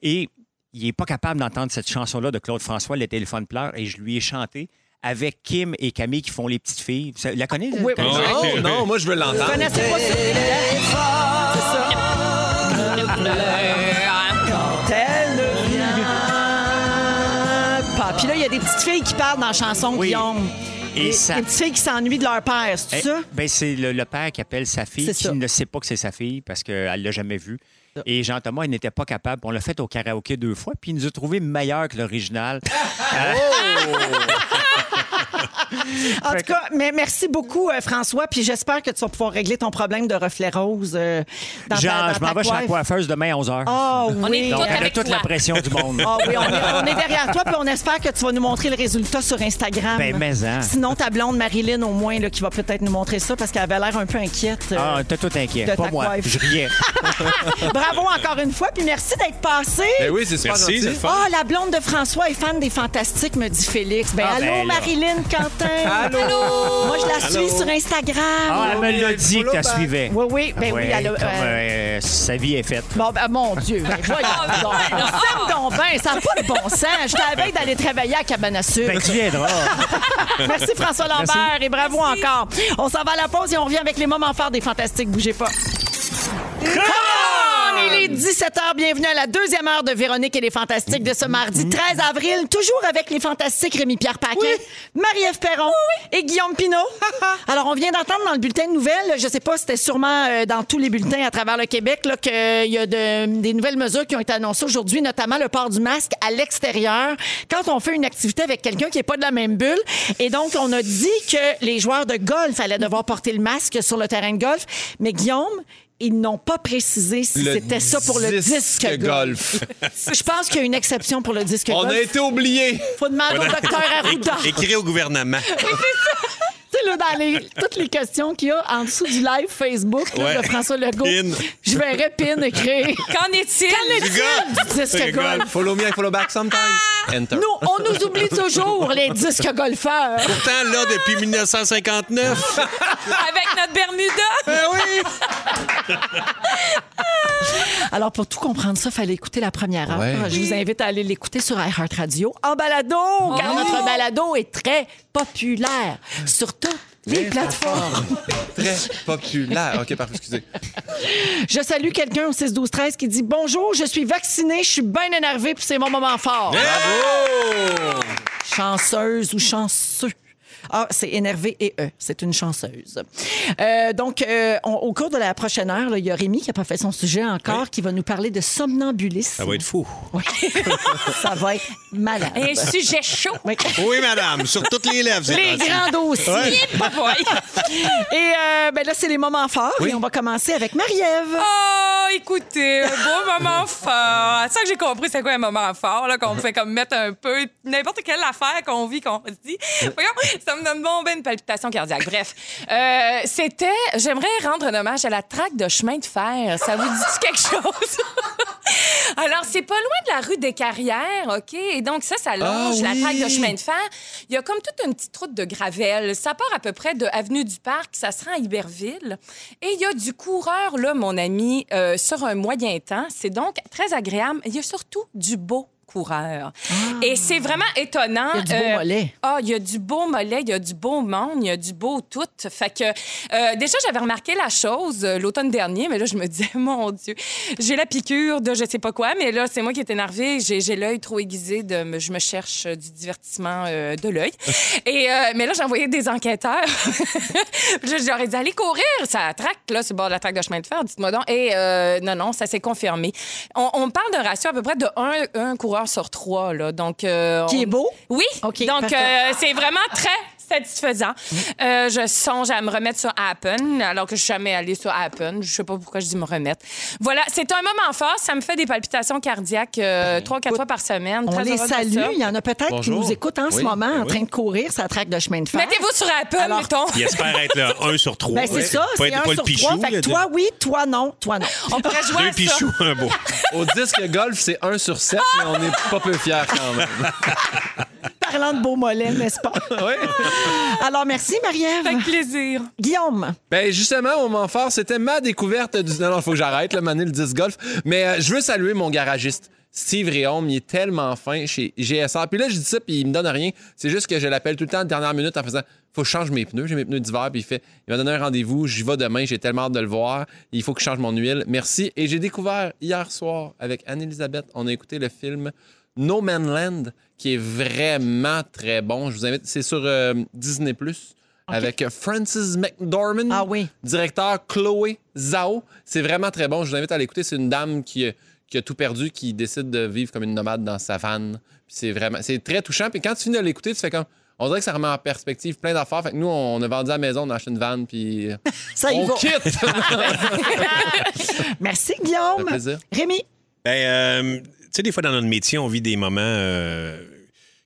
Et il n'est pas capable d'entendre cette chanson-là de Claude François, Le téléphone pleure, et je lui ai chanté avec Kim et Camille qui font les petites filles. Ça- la euh, connais? Oui, Camille? oui. Oh, Non, Oh, non, moi, je veux Oh, Je l'entendre. connaissais pas ça. C'est ça. Elle ne vient pas. Ah, Puis là, il y a des petites filles qui parlent dans la chanson, Oui. Guillaume. Et Des- ça- Des petites filles qui s'ennuient de leur père, c'est Eh, ça? ben, c'est le, le père qui appelle sa fille C'est qui ça. ne sait pas que c'est sa fille parce qu'elle ne l'a jamais vue. Et Jean-Thomas, il n'était pas capable. On l'a fait au karaoké deux fois, puis il nous a trouvé meilleur que l'original. En tout cas, mais merci beaucoup, euh, François. Puis j'espère que tu vas pouvoir régler ton problème de reflet rose euh, dans ta- Jean, dans ta je m'en vais chez la coiffe. coiffeuse demain à 11 h. Ah oui. On est Donc, Tout avec avec toute toi. la pression du monde. Ah oui, on est, on est derrière toi, puis on espère que tu vas nous montrer le résultat sur Instagram. Ben, mais, hein. Sinon, ta blonde Marilyn, au moins, là, qui va peut-être nous montrer ça parce qu'elle avait l'air un peu inquiète. euh. Ah, t'as tout inquiet. De Pas ta moi. coiffe. Je riais. Bravo encore une fois, puis merci d'être passé. Ben oui, c'est super Merci, c'est gentil. le fun. Ah, la blonde de François est fan des Fantastiques, me dit Félix. Ben, Ah, allô, ben là. Marilyn, quand matin. Allô? Moi, je la suis sur Instagram. Ah, elle me l'a dit que tu la suivais. Oui, oui, ben oui, Ouais, elle a- comme, euh, euh, sa vie est faite. Bon, ben, mon Dieu, ben, voyons donc. Ferme donc bien, ça n'a pas de bon sens. J'étais à la veille d'aller travailler à Cabane à sucre. Ben, tu viendras. Merci François Lambert et bravo encore. On s'en va à la pause et on revient avec les moments forts des Fantastiques. Bougez pas. Come on! Il est 17h, bienvenue à la deuxième heure de Véronique et les Fantastiques de ce mardi 13 avril, toujours avec les Fantastiques Rémi-Pierre Paquin, Marie-Ève Perron et Guillaume Pinault. Alors, on vient d'entendre dans le bulletin de nouvelles, je sais pas, c'était sûrement euh, dans tous les bulletins à travers le Québec, là, qu'il y a de- des nouvelles mesures qui ont été annoncées aujourd'hui, notamment le port du masque à l'extérieur quand on fait une activité avec quelqu'un qui n'est pas de la même bulle. Et donc, on a dit que les joueurs de golf allaient devoir porter le masque sur le terrain de golf. Mais Guillaume, ils n'ont pas précisé si Le c'était ça pour le disque disque golf. Je pense qu'il y a une exception pour le disque On golf. a été oubliés. Faut demander au docteur Arruda. É- Écrit au gouvernement. Tu sais, là, dans les- toutes les questions qu'il y a en dessous du live Facebook là, Ouais. de François Legault, Pin. je verrai PIN écrire Qu'en est-il? Du gars. du disque Le golf. golf. Follow me and follow back sometimes. Enter. Ah! Nous, on nous oublie toujours, les disques golfeurs. Pourtant, là, depuis 1959. Avec notre Bermuda? Eh Ben oui! Alors, pour tout comprendre ça, fallait écouter la première heure. Ouais. Je vous invite à aller l'écouter sur iHeartRadio en balado, car notre balado est très populaire sur toutes les plateformes. Très populaire. OK, parfait, excusez. Je salue quelqu'un au 6-12-13 qui dit « Bonjour, je suis vaccinée, je suis bien énervée, puis c'est mon moment fort. Hein? Bravo! chanceuse ou chanceux. Ah, c'est énervé et E. C'est une chanceuse. Euh, donc, euh, on- au cours de la prochaine heure, là, il y a Rémi qui n'a pas fait son sujet encore, qui va nous parler de somnambulisme. Ça va être fou. Ça va être malade. Un sujet chaud. Oui. Oui, madame, sur toutes les lèvres. c'est Les gentil. grands dossiers. Et euh, ben là, c'est les moments forts. Et on va commencer avec Marie-Ève. Oh, écoutez, un beau moment fort. C'est ça que j'ai compris, c'est quoi un moment fort, là, qu'on fait comme mettre un peu n'importe quelle affaire qu'on vit, qu'on se dit. Voyons, ça me donne bon ben une palpitation cardiaque. Bref, euh, c'était, j'aimerais rendre un hommage à la traque de chemin de fer. Ça vous dit quelque chose? Alors, c'est pas loin de la rue des Carrières, OK? Et donc, ça, ça longe Ah oui. la traque de chemin de fer. Il y a comme toute une petite route de gravelle. Ça part à peu près de Avenue du Parc, ça se rend à Iberville. Et il y a du coureur, là, mon ami, euh, sur un moyen temps. C'est donc très agréable. Il y a surtout du beau coureur. Et c'est vraiment étonnant. Ah. Il y a du beau mollet. Ah, il y a du beau mollet, il y a du beau monde, il y a du beau tout. Fait que euh, déjà, j'avais remarqué la chose euh, l'automne dernier, mais là, je me disais, mon Dieu, j'ai la piqûre de je sais pas quoi, mais là, c'est moi qui est énervée. J'ai, j'ai l'œil trop aiguisé de me- je me cherche euh, du divertissement euh, de l'œil. Et euh, mais là, j'ai envoyé des enquêteurs. Puis là, J'aurais dit, allez courir, ça traque, là, sur le bord de la traque de chemin de fer, dites-moi donc. Et euh, non, non, ça s'est confirmé. On, on parle d'un ratio à peu près de un, un coureur sur trois, là. Donc, euh, Qui on- est beau. oui. OK, Donc, parfait. Mm. euh, c'est vraiment très satisfaisant. Euh, je songe à me remettre sur Appen, alors que je suis jamais allée sur Appen. Je sais pas pourquoi je dis me remettre. Voilà, c'est un moment fort. Ça me fait des palpitations cardiaques euh, trois, quatre fois par semaine. Ben, On Très les heureuse de salue. ça. Il y en a peut-être qui Bonjour. nous écoutent en ce Oui, moment ben en train de courir sa traque de chemin de fer. Mettez-vous sur Appen, Alors- mettons. Il espère être le 1 sur 3. Ben, c'est ça, c'est un sur trois. Fait que toi, oui, toi, non, toi, non. On pourrait jouer deux à ça. pichous, un beau. Au disque golf, c'est 1 sur 7, mais on n'est pas peu fiers quand même. Parlant de beau mollet, n'est-ce pas? Alors, merci, Marie-Ève. Avec plaisir. Guillaume, Ben justement, au moment fort, c'était ma découverte du. Non, non, faut que j'arrête, là, Mané, le disc golf. Mais euh, je veux saluer mon garagiste. Steve Réaume, il est tellement fin chez GSR. Puis là, je dis ça, puis il me donne rien. C'est juste que je l'appelle tout le temps à la dernière minute en faisant Faut que je change mes pneus. J'ai mes pneus d'hiver, puis il fait Il m'a donné un rendez-vous, j'y vais demain, j'ai tellement hâte de le voir. Il faut que je change mon huile. Merci. Et j'ai découvert hier soir avec Anne-Elisabeth, on a écouté le film No Man Land, qui est vraiment très bon. Je vous invite, c'est sur euh, Disney avec Francis McDormand. Ah oui. Directeur Chloé Zhao. C'est vraiment très bon. Je vous invite à l'écouter. C'est une dame qui, qui a tout perdu, qui décide de vivre comme une nomade dans sa van. Puis C'est vraiment, c'est très touchant. Puis quand tu finis de l'écouter, tu fais comme. On dirait que ça remet en perspective plein d'affaires. Fait que nous, on a vendu à la maison, on a acheté une van, puis. ça y on va. quitte! Merci, Ça Guillaume. fait plaisir. Rémi, Ben, euh, tu sais, des fois, dans notre métier, on vit des moments euh,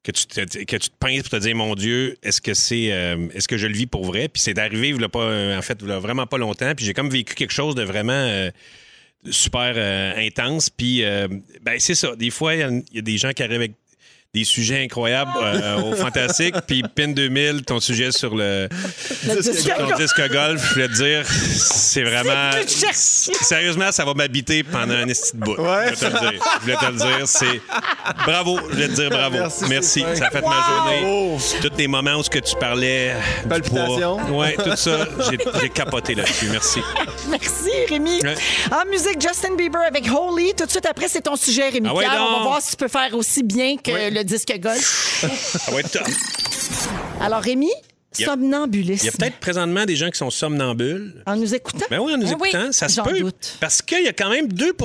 que, tu te, que tu te pinces pour te dire, mon Dieu, est-ce que c'est, euh, est-ce que je le vis pour vrai? Puis c'est arrivé, v'là pas, euh, en fait, v'là vraiment pas longtemps. Puis j'ai comme vécu quelque chose de vraiment euh, super euh, intense. Puis, euh, ben, c'est ça. Des fois, il y a- il y, a des gens qui arrivent avec des sujets incroyables euh, au Fantastique. Puis Pin 2000, ton sujet sur le, Le disque ton golf. disque golf, je voulais te dire, c'est vraiment. C'est plus cherché. Sérieusement, ça va m'habiter pendant un esti de bout. Je voulais te le dire. Je voulais te le dire. C'est. Bravo, je voulais te dire bravo. Merci, Merci. Sylvain. Ça a fait ma journée. Tous les moments où ce que tu parlais. du Palpitations. poids. Ouais, tout ça. J'ai j'ai capoté là-dessus. Merci. Merci, Rémi. Ouais. En musique, Justin Bieber avec Holy. Tout de suite après, c'est ton sujet, Rémi Ah ouais, Pierre. On va donc. voir si tu peux faire aussi bien que Oui. le disque golf. Ça va être top. Alors, Rémi, Il y a- somnambuliste. Il y a peut-être présentement des gens qui sont somnambules. En nous écoutant. Ben oui, en nous Ah oui, écoutant, ça se j'en peut. doute. Parce qu'il y a quand même 2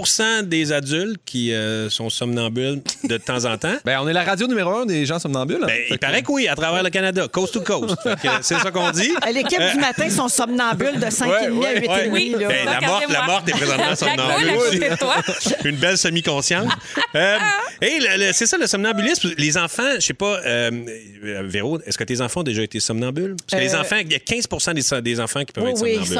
des adultes qui euh, sont somnambules de temps en temps. Ben, on est la radio numéro un des gens somnambules. hein. Ben, Fait il que- paraît que oui, à travers le Canada, coast to coast. Fait que C'est ça qu'on dit. L'équipe Euh, du matin sont somnambules de 5 Ouais, et demi à ouais, 8 et Euh. ouais. demi. là. Ben, la Regardez-moi. morte- la morte est Ah, présentement La somnambule coule à côté de toi. Une belle semi-consciente. Euh, et le- le- c'est ça, le somnambulisme. Les enfants, je sais pas, euh, euh, Véro, est-ce que tes enfants ont déjà été somnambules? Parce que les Euh, enfants, il y a 15 des, so- des enfants qui peuvent Oui, être oui, somnambules.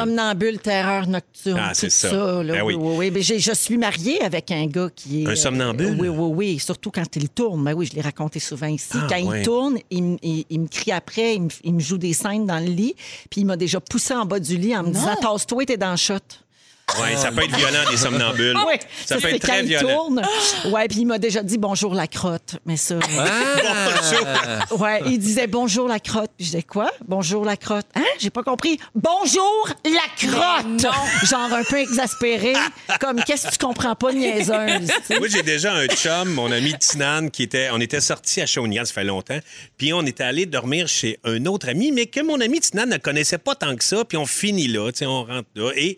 somnambule, terreur nocturne, Ah, tout c'est ça. ça. là. Ben oui, oui. oui, oui. Ben, j'ai- je suis mariée avec un gars qui est... Un euh, somnambule? Oui, oui, oui. Surtout quand il tourne. Ben oui, je l'ai raconté souvent ici. Ah, quand il ouais. tourne, il, me- il- il me crie après, il me, il me joue des scènes dans le lit. Puis il m'a déjà poussé en bas du lit en me disant « Tasse-toi, t'es dans le shot ». Ouais, ça peut être violent, des somnambules. Ah Oui, Ah! ça peut c'est être très quand il violent. tourne. Ouais, puis il m'a déjà dit bonjour la crotte, mais ça. Ah! Hein? euh, ouais, il disait bonjour la crotte, puis je disais quoi Bonjour la crotte. Hein J'ai pas compris. Bonjour la crotte. Genre un peu exaspéré, comme qu'est-ce que tu comprends pas niaiseuse. tu sais. Moi, j'ai déjà un chum, mon ami Tinan, qui était. On était sortis à Shawinigan, ça fait longtemps. Puis on était allé dormir chez un autre ami, mais que mon ami Tinan ne connaissait pas tant que ça. Puis on finit là, tu sais, on rentre là. Et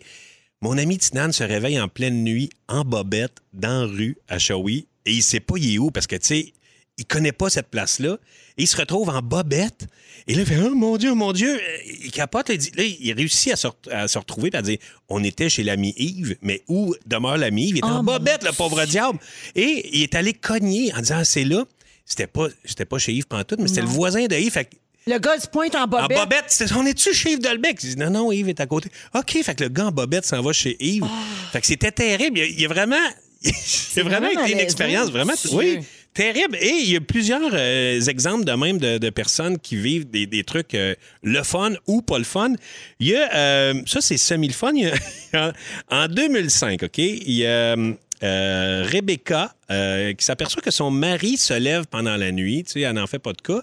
mon ami Tinan se réveille en pleine nuit, en bobette, dans la rue, à Shawi. Et il sait pas il est où, parce que, tu sais, il connaît pas cette place-là. Et il se retrouve en bobette. Et là, il fait Oh mon Dieu, mon Dieu. euh, Il capote. là, il dit- là, il réussit à se, re- à se retrouver et à dire On était chez l'ami Yves, mais où demeure l'ami Yves Il est en bobette, le pauvre diable. Et il est allé cogner en disant Ah, C'est là. C'était pas, c'était pas chez Yves Pantoute, mais c'était le voisin de Yves. Fait que Le gars se pointe en en bobette. bobette, c'est- on est-tu chez Yves Delbecq? Il dit non, non, Yves est à côté. OK, fait que le gars en bobette s'en va chez Yves. Ah. Fait que c'était terrible. Il a, il a vraiment. Il a vraiment vraiment été une malaisant, expérience vraiment. monsieur. Oui, terrible. Et il y a plusieurs euh, exemples de même de, de personnes qui vivent des, des trucs euh, le fun ou pas le fun. Il y a. euh, ça, c'est semi-le fun. Il y a- en 2005, OK, il y a. euh, Rebecca, euh, qui s'aperçoit que son mari se lève pendant la nuit, tu sais, elle n'en fait pas de cas.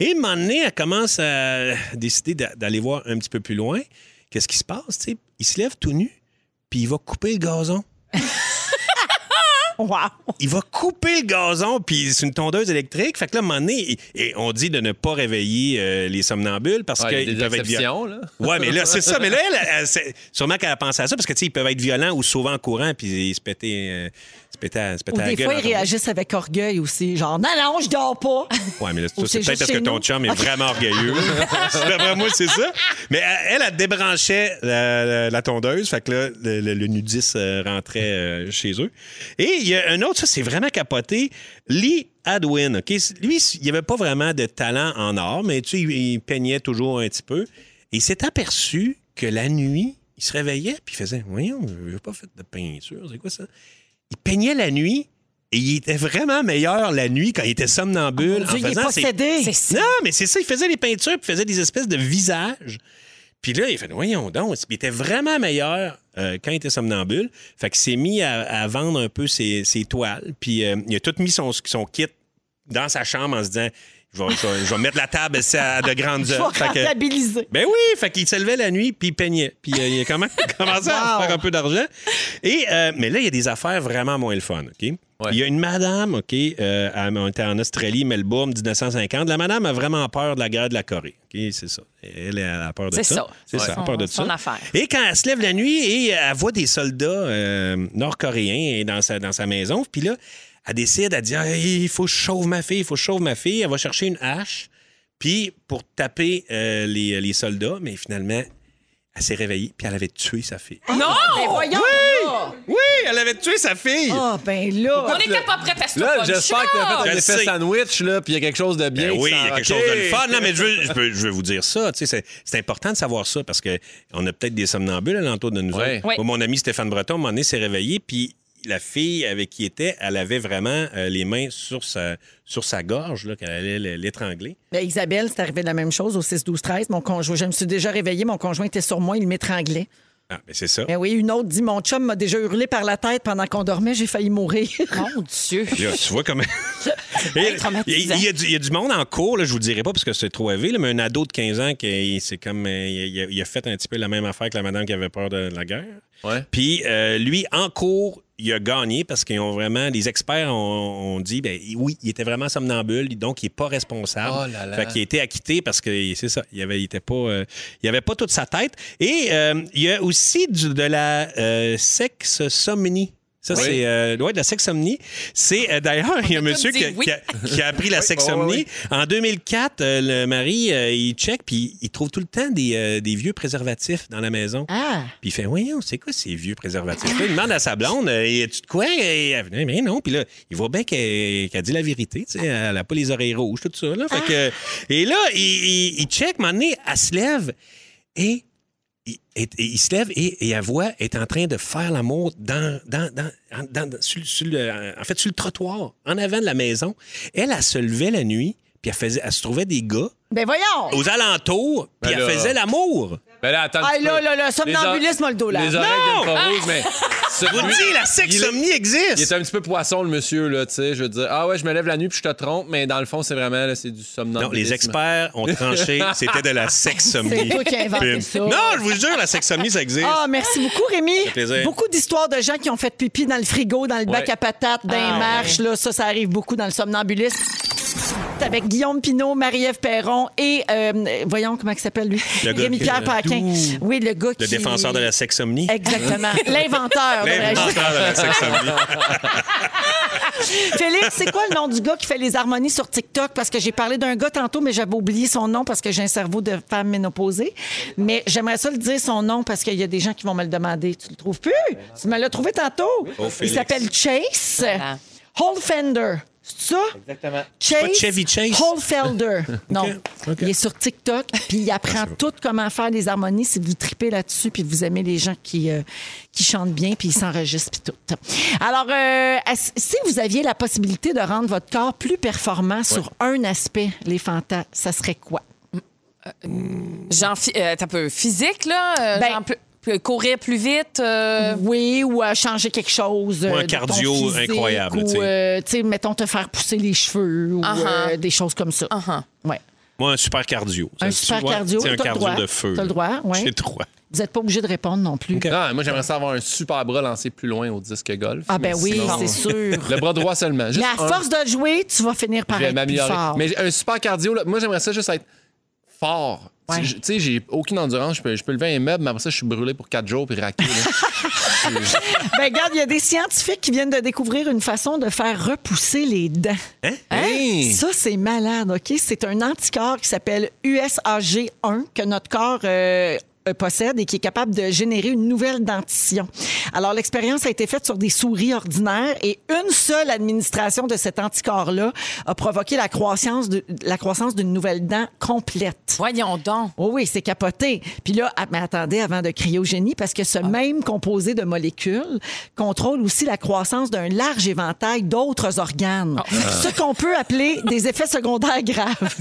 Et à un moment donné, elle commence à décider d'a- d'aller voir un petit peu plus loin. Qu'est-ce qui se passe, tu sais? Il se lève tout nu, puis il va couper le gazon Wow. il va couper le gazon, puis c'est une tondeuse électrique. Fait que là, à un moment donné, il- et on dit de ne pas réveiller euh, les somnambules parce Ah, il y a qu'ils des peuvent être violents. exceptions, là. Ouais, mais là, c'est ça. Mais là, elle, elle, c'est- sûrement qu'elle a pensé à ça parce que, tu sais, ils peuvent être violents ou souvent en courant, puis ils se péter, euh, se péter, à- se péter Ou à la des gueule fois, en ils tournant. réagissent avec orgueil aussi, genre non, non, je dors pas. Ouais, mais là, Ou ça, c'est c'est juste peut-être parce chez que ton nous. chum est vraiment orgueilleux. D'après moi, c'est ça. Mais euh, elle, elle, elle débranchait la, la- la tondeuse. Fait que là, le, le- le nudiste euh, rentrait euh, chez eux. Et il y a un autre, ça, c'est vraiment capoté. Lee Adwin. OK? Lui, il avait pas vraiment de talent en art, mais tu sais, il, il peignait toujours un petit peu. Et il s'est aperçu que la nuit, il se réveillait puis il faisait Voyons, je n'ai pas fait de peinture. C'est quoi ça? Il peignait la nuit. Et il était vraiment meilleur la nuit quand il était somnambule. Ah, Dieu, en il est faisant ses- possédé. C'est ça. non, mais c'est ça, il faisait des peintures, puis il faisait des espèces de visages. Puis là, il fait, voyons donc, Puis il était vraiment meilleur euh, quand il était somnambule. Fait qu'il s'est mis à, à vendre un peu ses, ses toiles. Puis euh, il a tout mis son, son kit dans sa chambre en se disant, je vais, je vais- je vais mettre la table ici à de grandes Je vais heures. Fait que- rentabiliser. ben oui, fait qu'il se levait la nuit puis il peignait. Puis euh, il a comm- commencé à Wow. faire un peu d'argent. Et euh, mais là il y a des affaires vraiment moins le fun, OK Il y a une madame, OK, euh, à- on était en Australie, Melbourne, 1950. La madame a vraiment peur de la guerre de la Corée. OK, c'est ça. Elle, elle a peur de ça. C'est ça. C'est ça, elle a Son- peur de Ah, son ça. affaire. Et quand elle se lève la nuit et elle voit des soldats euh, nord-coréens dans sa, dans sa maison, puis là, elle décide, elle dit Ah, il faut que je sauve ma fille, il faut que je sauve ma fille. Elle va chercher une hache, puis pour taper euh, les, les soldats, mais finalement, elle s'est réveillée, puis elle avait tué sa fille. Non! Ben, Voyons. Oui, elle avait tué sa fille! Ah, ben là. On n'était pas prêts à se Là, faire j'espère que t'as fait Je un le effet sais. sandwich, là, puis il y a quelque chose de bien. Ben oui, qui il y a s'en- quelque OK. chose de le fun. Non, mais je veux, je peux- je veux vous dire ça. tu sais, C'est c'est important de savoir ça parce qu'on a peut-être des somnambules alentour de nous Ouais. autres. Ouais. Moi, mon ami Stéphane Breton, à un moment donné, s'est réveillé, puis la fille avec qui il était, elle avait vraiment euh, les mains sur sa, sur sa gorge, là, qu'elle allait l- l'étrangler. Ben, Isabelle, c'est arrivé la même chose au 6-12-13. Mon conjoint, je me suis déjà réveillée, mon conjoint était sur moi, il m'étranglait. Ah, mais c'est ça. Ben oui, une autre dit Mon chum m'a déjà hurlé par la tête pendant qu'on dormait, j'ai failli mourir. Mon Dieu. Là, tu vois comment. Et- Il traumatisant. il y, a du- il y a du monde en cours, là, je vous le dirai pas parce que c'est trop élevé, là, mais un ado de 15 ans qui c'est comme euh, il a, il a fait un petit peu la même affaire que la madame qui avait peur de la guerre. Ouais. Puis euh, lui, en cours, il a gagné parce qu'ils ont vraiment. Les experts ont, ont dit ben oui, il était vraiment somnambule, donc il n'est pas responsable. Oh là là. Fait qu'il a été acquitté parce que c'est ça, il avait, il était pas, euh, il avait pas toute sa tête. Et euh, il y a aussi du- de la euh, sexsomnie. Ça, Oui. c'est euh, ouais, de la sexsomnie. C'est euh, d'ailleurs, il y a un peut monsieur tous qui a, dire oui. qui a- qui a appris la sexsomnie. oui, En 2004, euh, le mari, euh, il check, puis il trouve tout le temps des, euh, des vieux préservatifs dans la maison. Ah! Puis il fait, voyons, c'est quoi ces vieux préservatifs? il demande à sa blonde, euh, tu de quoi? Et elle fait, mais non. Puis là, il voit bien qu'elle qu'elle dit la vérité. tu sais, Elle n'a pas les oreilles rouges, tout ça. Là. Fait que- et là, il, il, il check, à un moment donné, elle se lève et il, et- et il se lève et, et elle voit, elle est en train de faire l'amour dans, dans, dans, dans- dans- sur, le- sur le, en fait, sur le trottoir, en avant de la maison. Elle, elle se levait la nuit, puis elle, faisait, elle se trouvait des gars Ben voyons! aux alentours, puis Ben elle là. faisait l'amour. Ben là, attends. un Ah, petit là, peu. là, là, somnambulisme, Les or- le dos, là. Les oreilles Non! viennent pas rouges, mais. ce- Je vous lui, dis, la sexsomnie existe! Il est un petit peu poisson, le monsieur, là, tu sais. Je veux dire, ah ouais, je me lève la nuit puis je te trompe, mais dans le fond, c'est vraiment, là, c'est du somnambulisme. Non, les experts ont tranché, c'était de la C'est sexomnie. toi qui as inventé ça. Non, je vous jure, la sexomnie, ça existe. Ah, merci beaucoup, Rémi. plaisir. Beaucoup d'histoires de gens qui ont fait pipi dans le frigo, dans le bac Ouais. à patates, dans Ah, les marches. Là, ça, ça arrive beaucoup dans le somnambulisme. C'est Avec Guillaume Pinault, Marie-Ève Perron et, euh, voyons comment il s'appelle lui, Le gars Rémi-Pierre qui- Paquin. Oui, le gars Le qui... défenseur de la sexomnie. Exactement. L'inventeur. devrais-je dire. L'inventeur de la sexomnie. Félix, c'est quoi le nom du gars qui fait les harmonies sur TikTok? Parce que j'ai parlé d'un gars tantôt, mais j'avais oublié son nom parce que j'ai un cerveau de femme ménopausée. Mais j'aimerais ça le dire son nom parce qu'il y a des gens qui vont me le demander. Tu le trouves plus? Tu me l'as trouvé tantôt. Il Oh, Félix. s'appelle Chase Voilà. Holfender. C'est ça? Exactement. Chase. Pas Chevy Chase? Holfelder. Non. OK. Il est sur TikTok, puis il apprend tout comment faire les harmonies si vous tripez là-dessus, puis vous aimez les gens qui, euh, qui chantent bien, puis ils s'enregistrent, puis tout. Alors, euh, as- si vous aviez la possibilité de rendre votre corps plus performant sur un aspect, les fantas, ça serait quoi? Genre, phy- euh, t'as un peu physique, là? euh, Ben- genre plus- plus- courir plus vite? euh, Oui, ou euh, changer quelque chose. euh, Ou de un ton cardio physique, incroyable, tu sais. Ou, euh, tu sais, mettons, te faire pousser les cheveux, ou Uh-huh. euh, des choses comme ça. Uh-huh. Ouais. Moi, un super cardio. Un Ça, super tu vois, cardio, C'est t'as un le cardio droit. de feu. T'as le droit, ouais. J'ai le droit. Vous n'êtes pas obligé de répondre non plus. Non, Ah, moi, j'aimerais ça avoir un super bras lancé plus loin au disque golf. Ah ben mais oui, sinon- c'est sûr. Le bras droit seulement. Juste Mais à un, force de jouer, tu vas finir par je vais être plus m'améliorer. fort. Mais un super cardio, là, moi, j'aimerais ça juste être fort. Ouais. Tu sais, je- tu sais, j'ai aucune endurance. Je peux, je peux lever un meuble, mais après ça, je suis brûlé pour quatre jours puis raqué. Ben, regarde, il y a des scientifiques qui viennent de découvrir une façon de faire repousser les dents. Hein? Hein? Ça, c'est malade, OK? C'est un anticorps qui s'appelle USAG1 que notre corps euh, euh, possède et qui est capable de générer une nouvelle dentition. Alors, l'expérience a été faite sur des souris ordinaires et une seule administration de cet anticorps-là a provoqué la croissance de- la croissance d'une nouvelle dent complète. Voyons donc. Oh oui, c'est capoté. Puis là, ah, mais attendez avant de crier au génie, parce que ce même composé de molécules contrôle aussi la croissance d'un large éventail d'autres organes. Ce qu'on peut appeler des effets secondaires graves.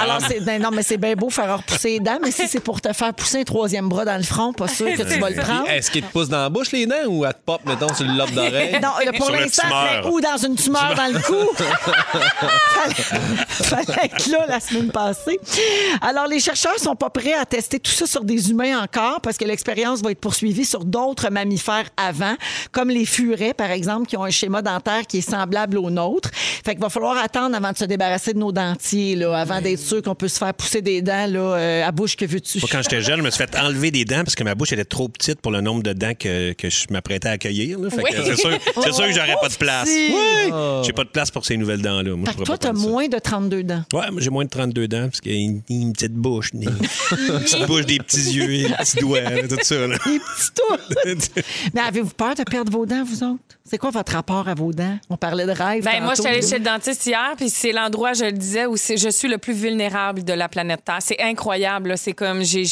Alors, c'est, ben non, mais c'est bien beau faire repousser les dents, mais si c'est pour te faire pousser un troisième bras dans le front, pas sûr que tu vas le prendre. Est-ce qu'il te pousse dans la bouche les dents ou elle te pop, mettons, sur le lobe d'oreille? Euh, Non, là, pour Sur la l'instant, tumeur. fallait- ou dans une tumeur dans le cou. fallait, fallait être là la semaine passée. Alors, les chercheurs sont pas prêts à tester tout ça sur des humains encore parce que l'expérience va être poursuivie sur d'autres mammifères avant, comme les furets, par exemple, qui ont un schéma dentaire qui est semblable au nôtre. Fait qu'il va falloir attendre avant de se débarrasser de nos dentiers, là, avant d'être sûr qu'on peut se faire pousser des dents là, euh, à bouche que veux-tu. Moi, quand j'étais jeune, je me suis fait enlever des dents parce que ma bouche était trop petite pour le nombre de dents que, que je m'apprêtais à accueillir. là. Fait que Oui. C'est sûr, c'est sûr que j'aurais pas de place. Ouf-si. Oui. J'ai pas de place pour ces nouvelles dents-là. Moi, je Oh. Fait que toi, pourrais pas t'as prendre ça. moins de 32 dents. Ouais, moi j'ai moins de 32 dents parce qu'il y a une, une petite bouche, une, une petite bouche, des petits yeux, des petits doigts, là, tout ça. là. Des petits touts. Mais avez-vous peur de perdre vos dents, vous autres? C'est quoi votre rapport à vos dents? On parlait de rêve. Ben, moi, je tantôt. suis allée chez le dentiste hier, puis c'est l'endroit, je le disais, où c'est- je suis le plus vulnérable de la planète Terre. C'est incroyable. là. C'est comme, j'ai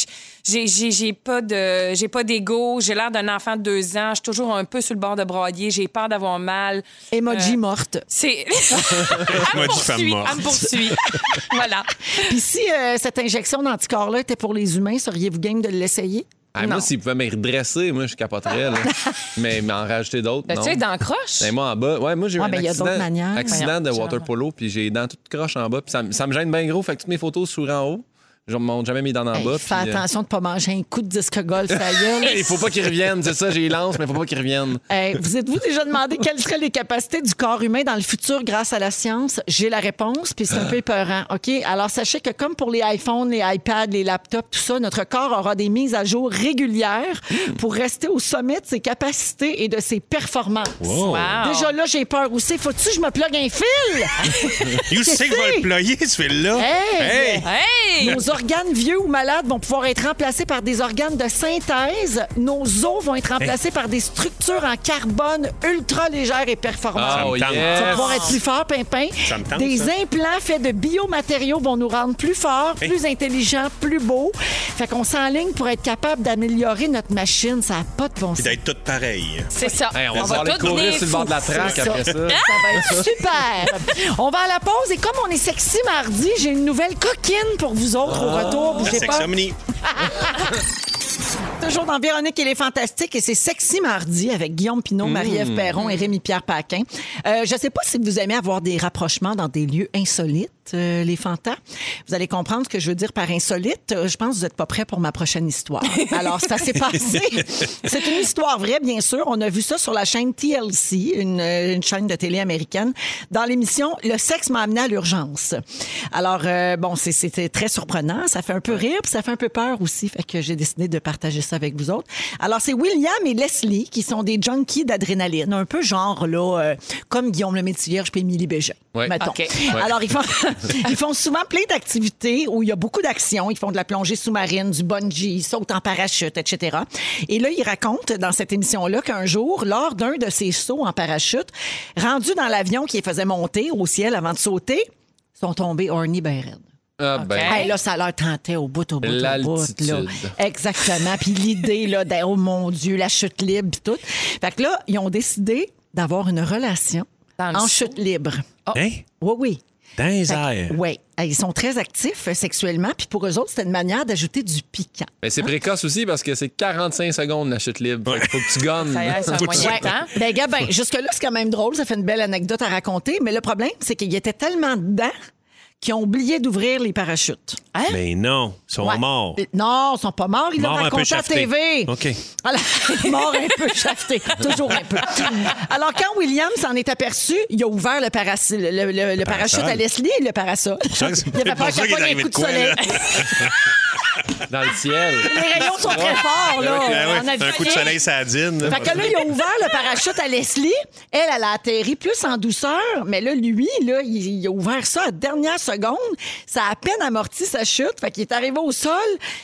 j'ai- j'ai- j'ai pas de- j'ai pas d'ego, j'ai l'air d'un enfant de deux ans, je suis toujours un peu sur le bord de broyer, j'ai peur d'avoir mal. Emoji Euh, morte. C'est. elle Moi, me dit femme poursuit, morte. elle me poursuit. voilà. Puis si euh, cette injection d'anticorps-là était pour les humains, seriez-vous game de l'essayer? Ah, moi, s'ils pouvaient me redresser, moi, je capoterais. là. mais m'en rajouter d'autres, Ben, non. tu es dans la croche. Ben, moi, en bas, ouais, moi, j'ai eu Ouais, un ben, il y a accident, d'autres manières. accident Voyons, de j'ai water envie. polo, puis j'ai les dents toutes croches en bas, puis ça, me- ça me gêne bien gros, fait que toutes mes photos sourient en haut. Je monte jamais mes dents en Hey, bas. fais puis, euh, attention de ne pas manger un coup de disque golf à gueule. Il faut pas qu'ils reviennent, c'est ça, j'ai les lance, mais il faut pas qu'ils reviennent. Hey, vous êtes-vous déjà demandé quelles seraient les capacités du corps humain dans le futur grâce à la science? J'ai la réponse, puis c'est un peu épeurant. OK? Alors, sachez que comme pour les iPhones, les iPads, les laptops, tout ça, notre corps aura des mises à jour régulières pour rester au sommet de ses capacités et de ses performances. Wow. Wow. Déjà là, j'ai peur aussi. Faut-tu que je me plug un fil? You C'est sais que va fait. le ployer, ce fil-là. Hey! Hey! Hey! Nos organes vieux ou malades vont pouvoir être remplacés par des organes de synthèse. Nos os vont être remplacés par des structures en carbone ultra légères et performantes. Ah, Oh, me tente. yes. Ça va pouvoir être plus fort, Pimpin. Ça me tente, Des ça. implants faits de biomatériaux vont nous rendre plus forts, Hey. plus intelligents, plus beaux. Fait qu'on s'enligne pour être capable d'améliorer notre machine. Ça n'a pas de bon Puis sens. d'être hein. tout pareil. C'est ça. Hey, on, On va, va aller tous courir devenir sur le bord de la fous. traque C'est après ça. Ça va être super. On va à la pause et comme on est sexy mardi, j'ai une nouvelle coquine pour vous autres au retour. Ah, La Bougez pas. sexomnie. Toujours dans Véronique et les Fantastiques et c'est Sexy Mardi avec Guillaume Pinot, Marie-Ève Perron et Rémi-Pierre Paquin. Euh, je ne sais pas si vous aimez avoir des rapprochements dans des lieux insolites, euh, les fantas. Vous allez comprendre ce que je veux dire par insolite. Euh, Je pense que vous n'êtes pas prêts pour ma prochaine histoire. Alors, ça s'est passé. C'est une histoire vraie, bien sûr. On a vu ça sur la chaîne TLC, une, euh, une chaîne de télé américaine, dans l'émission Le sexe m'a amené à l'urgence. Alors, euh, bon, c'est- c'était très surprenant. Ça fait un peu rire, puis ça fait un peu peur aussi. Fait que j'ai décidé de partager ça avec vous autres. Alors, c'est William et Leslie qui sont des junkies d'adrénaline, un peu genre, là, euh, comme Guillaume le Métivierge puis Émilie Bégin. Ouais. mettons. OK. Alors, ils font, ils font souvent plein d'activités où il y a beaucoup d'actions. Ils font de la plongée sous-marine, du bungee, ils sautent en parachute, etc. Et là, ils racontent dans cette émission-là qu'un jour, lors d'un de ces sauts en parachute, rendu dans l'avion qui les faisait monter au ciel avant de sauter, ils sont tombés horny ben raides. Ah, Hein? ben, Hey, là, ça leur tentait au bout, au bout, au bout. L'altitude. Là. Exactement. Puis l'idée, là, d'un, oh mon Dieu, la chute libre, puis tout. Fait que là, ils ont décidé d'avoir une relation Dans le en saut. Oh. chute libre. Hein? Oui, oui. Dans les Fait airs. que, ouais. Hey, Ils sont très actifs euh, sexuellement, puis pour eux autres, c'était une manière d'ajouter du piquant. mais ben, c'est précoce aussi parce que c'est 45 secondes la chute libre. Fait que Faut que tu gommes. Ça y est, c'est un Faut moyen que tu- temps. Ben, gars, ben, jusque-là, c'est quand même drôle. Ça fait une belle anecdote à raconter. Mais le problème, c'est qu'ils étaient tellement dedans qu'ils ont oublié d'ouvrir les parachutes. Hein? Mais Ben non, ils sont Ouais. morts. Euh, Non, ils sont pas morts. Ils l'ont Morts un peu raconté à shaftés. TV. OK. Alors, morts un peu shaftés. Toujours un peu. Alors, quand William s'en est aperçu, il a ouvert le, paraci- le- le- le- le parachute parasol. à Leslie et le parasol. ça que c'est Il avait pour peur qu'il ça qu'il est pas un arrivé coup de de quoi, soleil. Oh, dans le ciel. Les rayons sont très forts, là. Ben On a ouais, un vu coup de ça. soleil, ça dîne. Fait que là, il a ouvert le parachute à Leslie. Elle, elle a atterri plus en douceur. Mais là, lui, là, il, il a ouvert ça à dernière seconde. Ça a à peine amorti sa chute. Fait qu'il est arrivé au sol,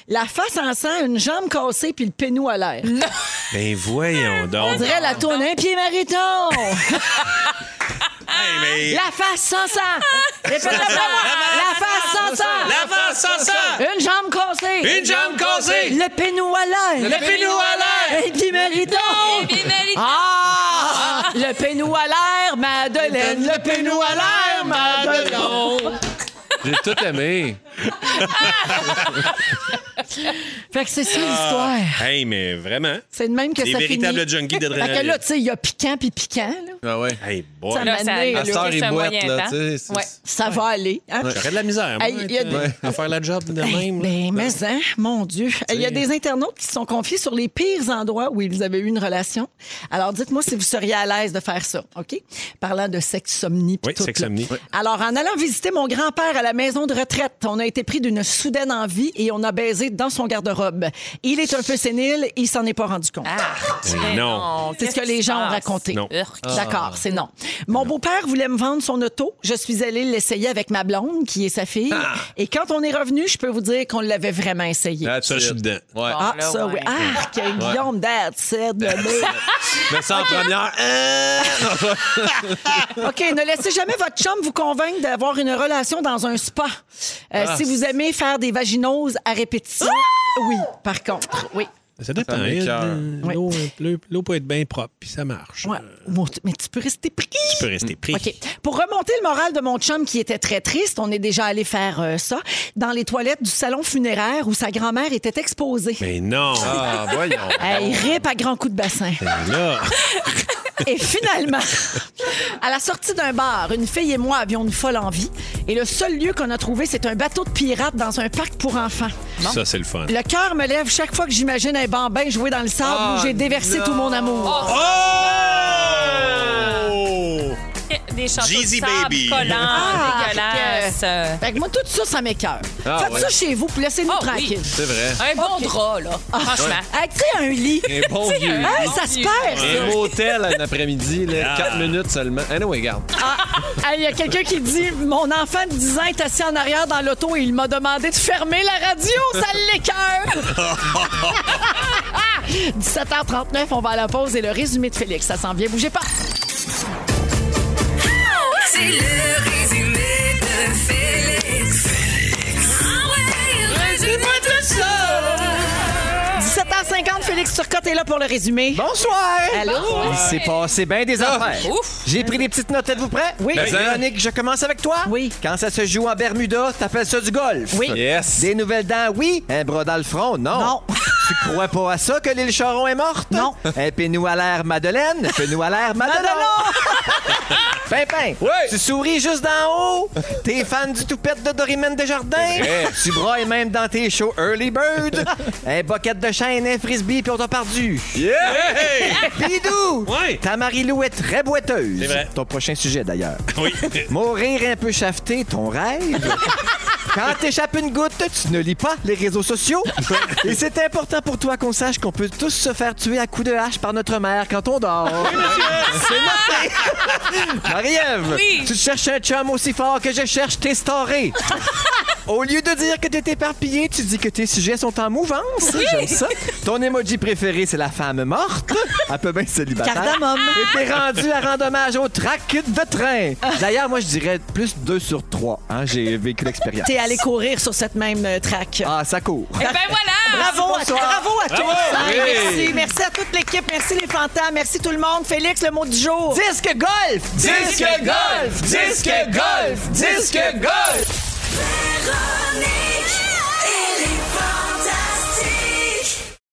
la face en sang, une jambe cassée, puis le pénou à l'air. Ben voyons On donc. dirait la tourne un pied mariton. Hey, mais- La face sans sang. Répète après moi. La face sans sang. La face sans sang. Une jambe cassée. Une jambe cassée. Le pénou à l'air. Le pénou à l'air. Un pied mariton. Baby Mary- Ah! Le pénou à l'air, Madeleine! Le pénou à l'air, Madeleine! J'ai tout aimé. Fait que c'est ça l'histoire. Hey, mais vraiment. Ah. C'est de même que Des ça véritables finit. junkies d'adrénaline. Fait que là, tu sais, il y a piquant puis piquant. là. Ah ouais. Hey, boy. Ça Là, ça- Mané, là, à La star c'est est un boîte, moyen là. temps. tu sais, c'est- Ouais. Ça va aller. hein? J'aurais de la misère, moi, Hey, il y a être, des- euh, à faire la job de même. là. Ben, mais, hein, mon Dieu. Il y a des internautes qui se sont confiés sur les pires endroits où ils avaient eu une relation. Alors, dites-moi si vous seriez à l'aise de faire ça, OK? Parlant de sexomnie. pis Oui, tout, là. sexomnie. Oui. Alors, en allant visiter mon grand-père à la maison de retraite, on a été pris d'une soudaine envie et on a baisé dans son garde-robe. Il est un peu sénile, il s'en est pas rendu compte. Ah, mais Ben non. C'est ce que Qu'est-ce les qui se gens ont passe? Ah. raconté. Non. Urk. D'accord, c'est non. Mon beau-père voulait me vendre son auto. Je suis allée l'essayer avec ma blonde, qui est sa fille. Ah. Et quand on est revenu, je peux vous dire qu'on l'avait vraiment essayé. That's Ça, je suis it. dedans. Ouais. Bon. Ah, là, ça, oui. Ah. ouais. Ah, que Guillaume, that's it, le mot. Mais sans première. OK, ne laissez jamais votre chum vous convaincre d'avoir une relation dans un spa. Euh, Ah. Si vous aimez faire des vaginoses à répétition, oui, par contre, oui. Ben, Ça dépend. Ça m'écoeure. Euh, Ouais. L'eau, euh, l'eau- l'eau peut être bien propre, puis ça marche. Ouais. Euh, Mon- Mais tu peux rester pris. Tu peux rester pris. OK. Pour remonter le moral de mon chum qui était très triste, on est déjà allé faire euh, ça dans les toilettes du salon funéraire où sa grand-mère était exposée. Mais non. Ah, voyons. Elle rip à grands coups de bassin. Mais là, Et finalement, à la sortie d'un bar, une fille et moi avions une folle envie. Et le seul lieu qu'on a trouvé, c'est un bateau de pirates dans un parc pour enfants. ça, c'est le fun. Le cœur me lève chaque fois que j'imagine un bambin jouer dans le sable Ah où j'ai déversé tout mon amour. Oh! Des châteaux Jeezy de sable Baby. collants, Ah, dégueulasses. Fait que moi, tout ça, ça m'écoeure. Ah, Faites ouais. Ah ça chez vous, puis laissez-nous Oh, oui. tranquilles. C'est vrai. Un bon drap, là. Franchement. Hey, tu sais, un lit. Un bon Tu sais, vieux. un Hey, bon ça se vieux. perd, ça. Un hôtel un après-midi, là, Ah. 4 minutes seulement. Ah non, regarde. Ah, Il y a quelqu'un qui dit Mon enfant de 10 ans est assis en arrière dans l'auto et il m'a demandé de fermer la radio, ça l'écoeure. 17h39, on va à la pause et le résumé de Félix. Ça s'en vient, bougez pas. C'est le résumé de Félix. Félix. Ah ouais, résume-moi tout ça. 17h50, Félix Turcotte est là pour le résumé. Bonsoir! Allô? Il s'est passé bien des affaires. Ouf. J'ai pris des petites notes, êtes-vous prêts? Ah, Oui. Ben, Véronique, je commence avec toi. Oui. Quand ça se joue en Bermuda, t'appelles ça du golf. Oui. Yes. Des nouvelles dents, oui. Un bras dans le front, non. Non. Tu crois pas à ça que l'île Charon est morte? Non. Un pénou à l'air Madeleine, un pénou à l'air Madelon. Pimpin, Oui. tu souris juste d'en haut. T'es fan du toupette de Dorimène Desjardins. vrai. Tu brailles même dans tes shows Early Bird. un bucket de chaîne, un frisbee, puis on t'a perdu. Yeah! Pidou! Ouais. Ta Marie-Lou est très boiteuse. C'est vrai. Ton prochain sujet, d'ailleurs. Oui. Mourir un peu chafeté, ton rêve. Quand t'échappes une goutte, tu ne lis pas les réseaux sociaux. Et c'est important pour toi qu'on sache qu'on peut tous se faire tuer à coups de hache par notre mère quand on dort. C'est noté. Marie-Ève, Oui. tu te cherches un chum aussi fort que je cherche tes storés. Au lieu de dire que t'es éparpillé, tu dis que tes sujets sont en mouvance. J'aime ça. Ton emoji préféré, c'est la femme morte. Un peu bien célibataire. Cardamome. Et t'es rendu à rendre hommage au track de train. D'ailleurs, moi, je dirais plus 2 sur 3. J'ai vécu l'expérience. T'es allé courir sur cette même euh, track. Ah, ça court. Eh ben voilà. Bravo, à, Bonsoir. bravo à tous. Ah, Merci, merci à toute l'équipe, merci les fantasmes, merci tout le monde. Félix, le mot du jour. Disque golf! Disque golf! Disque golf! Disque golf! Véronique.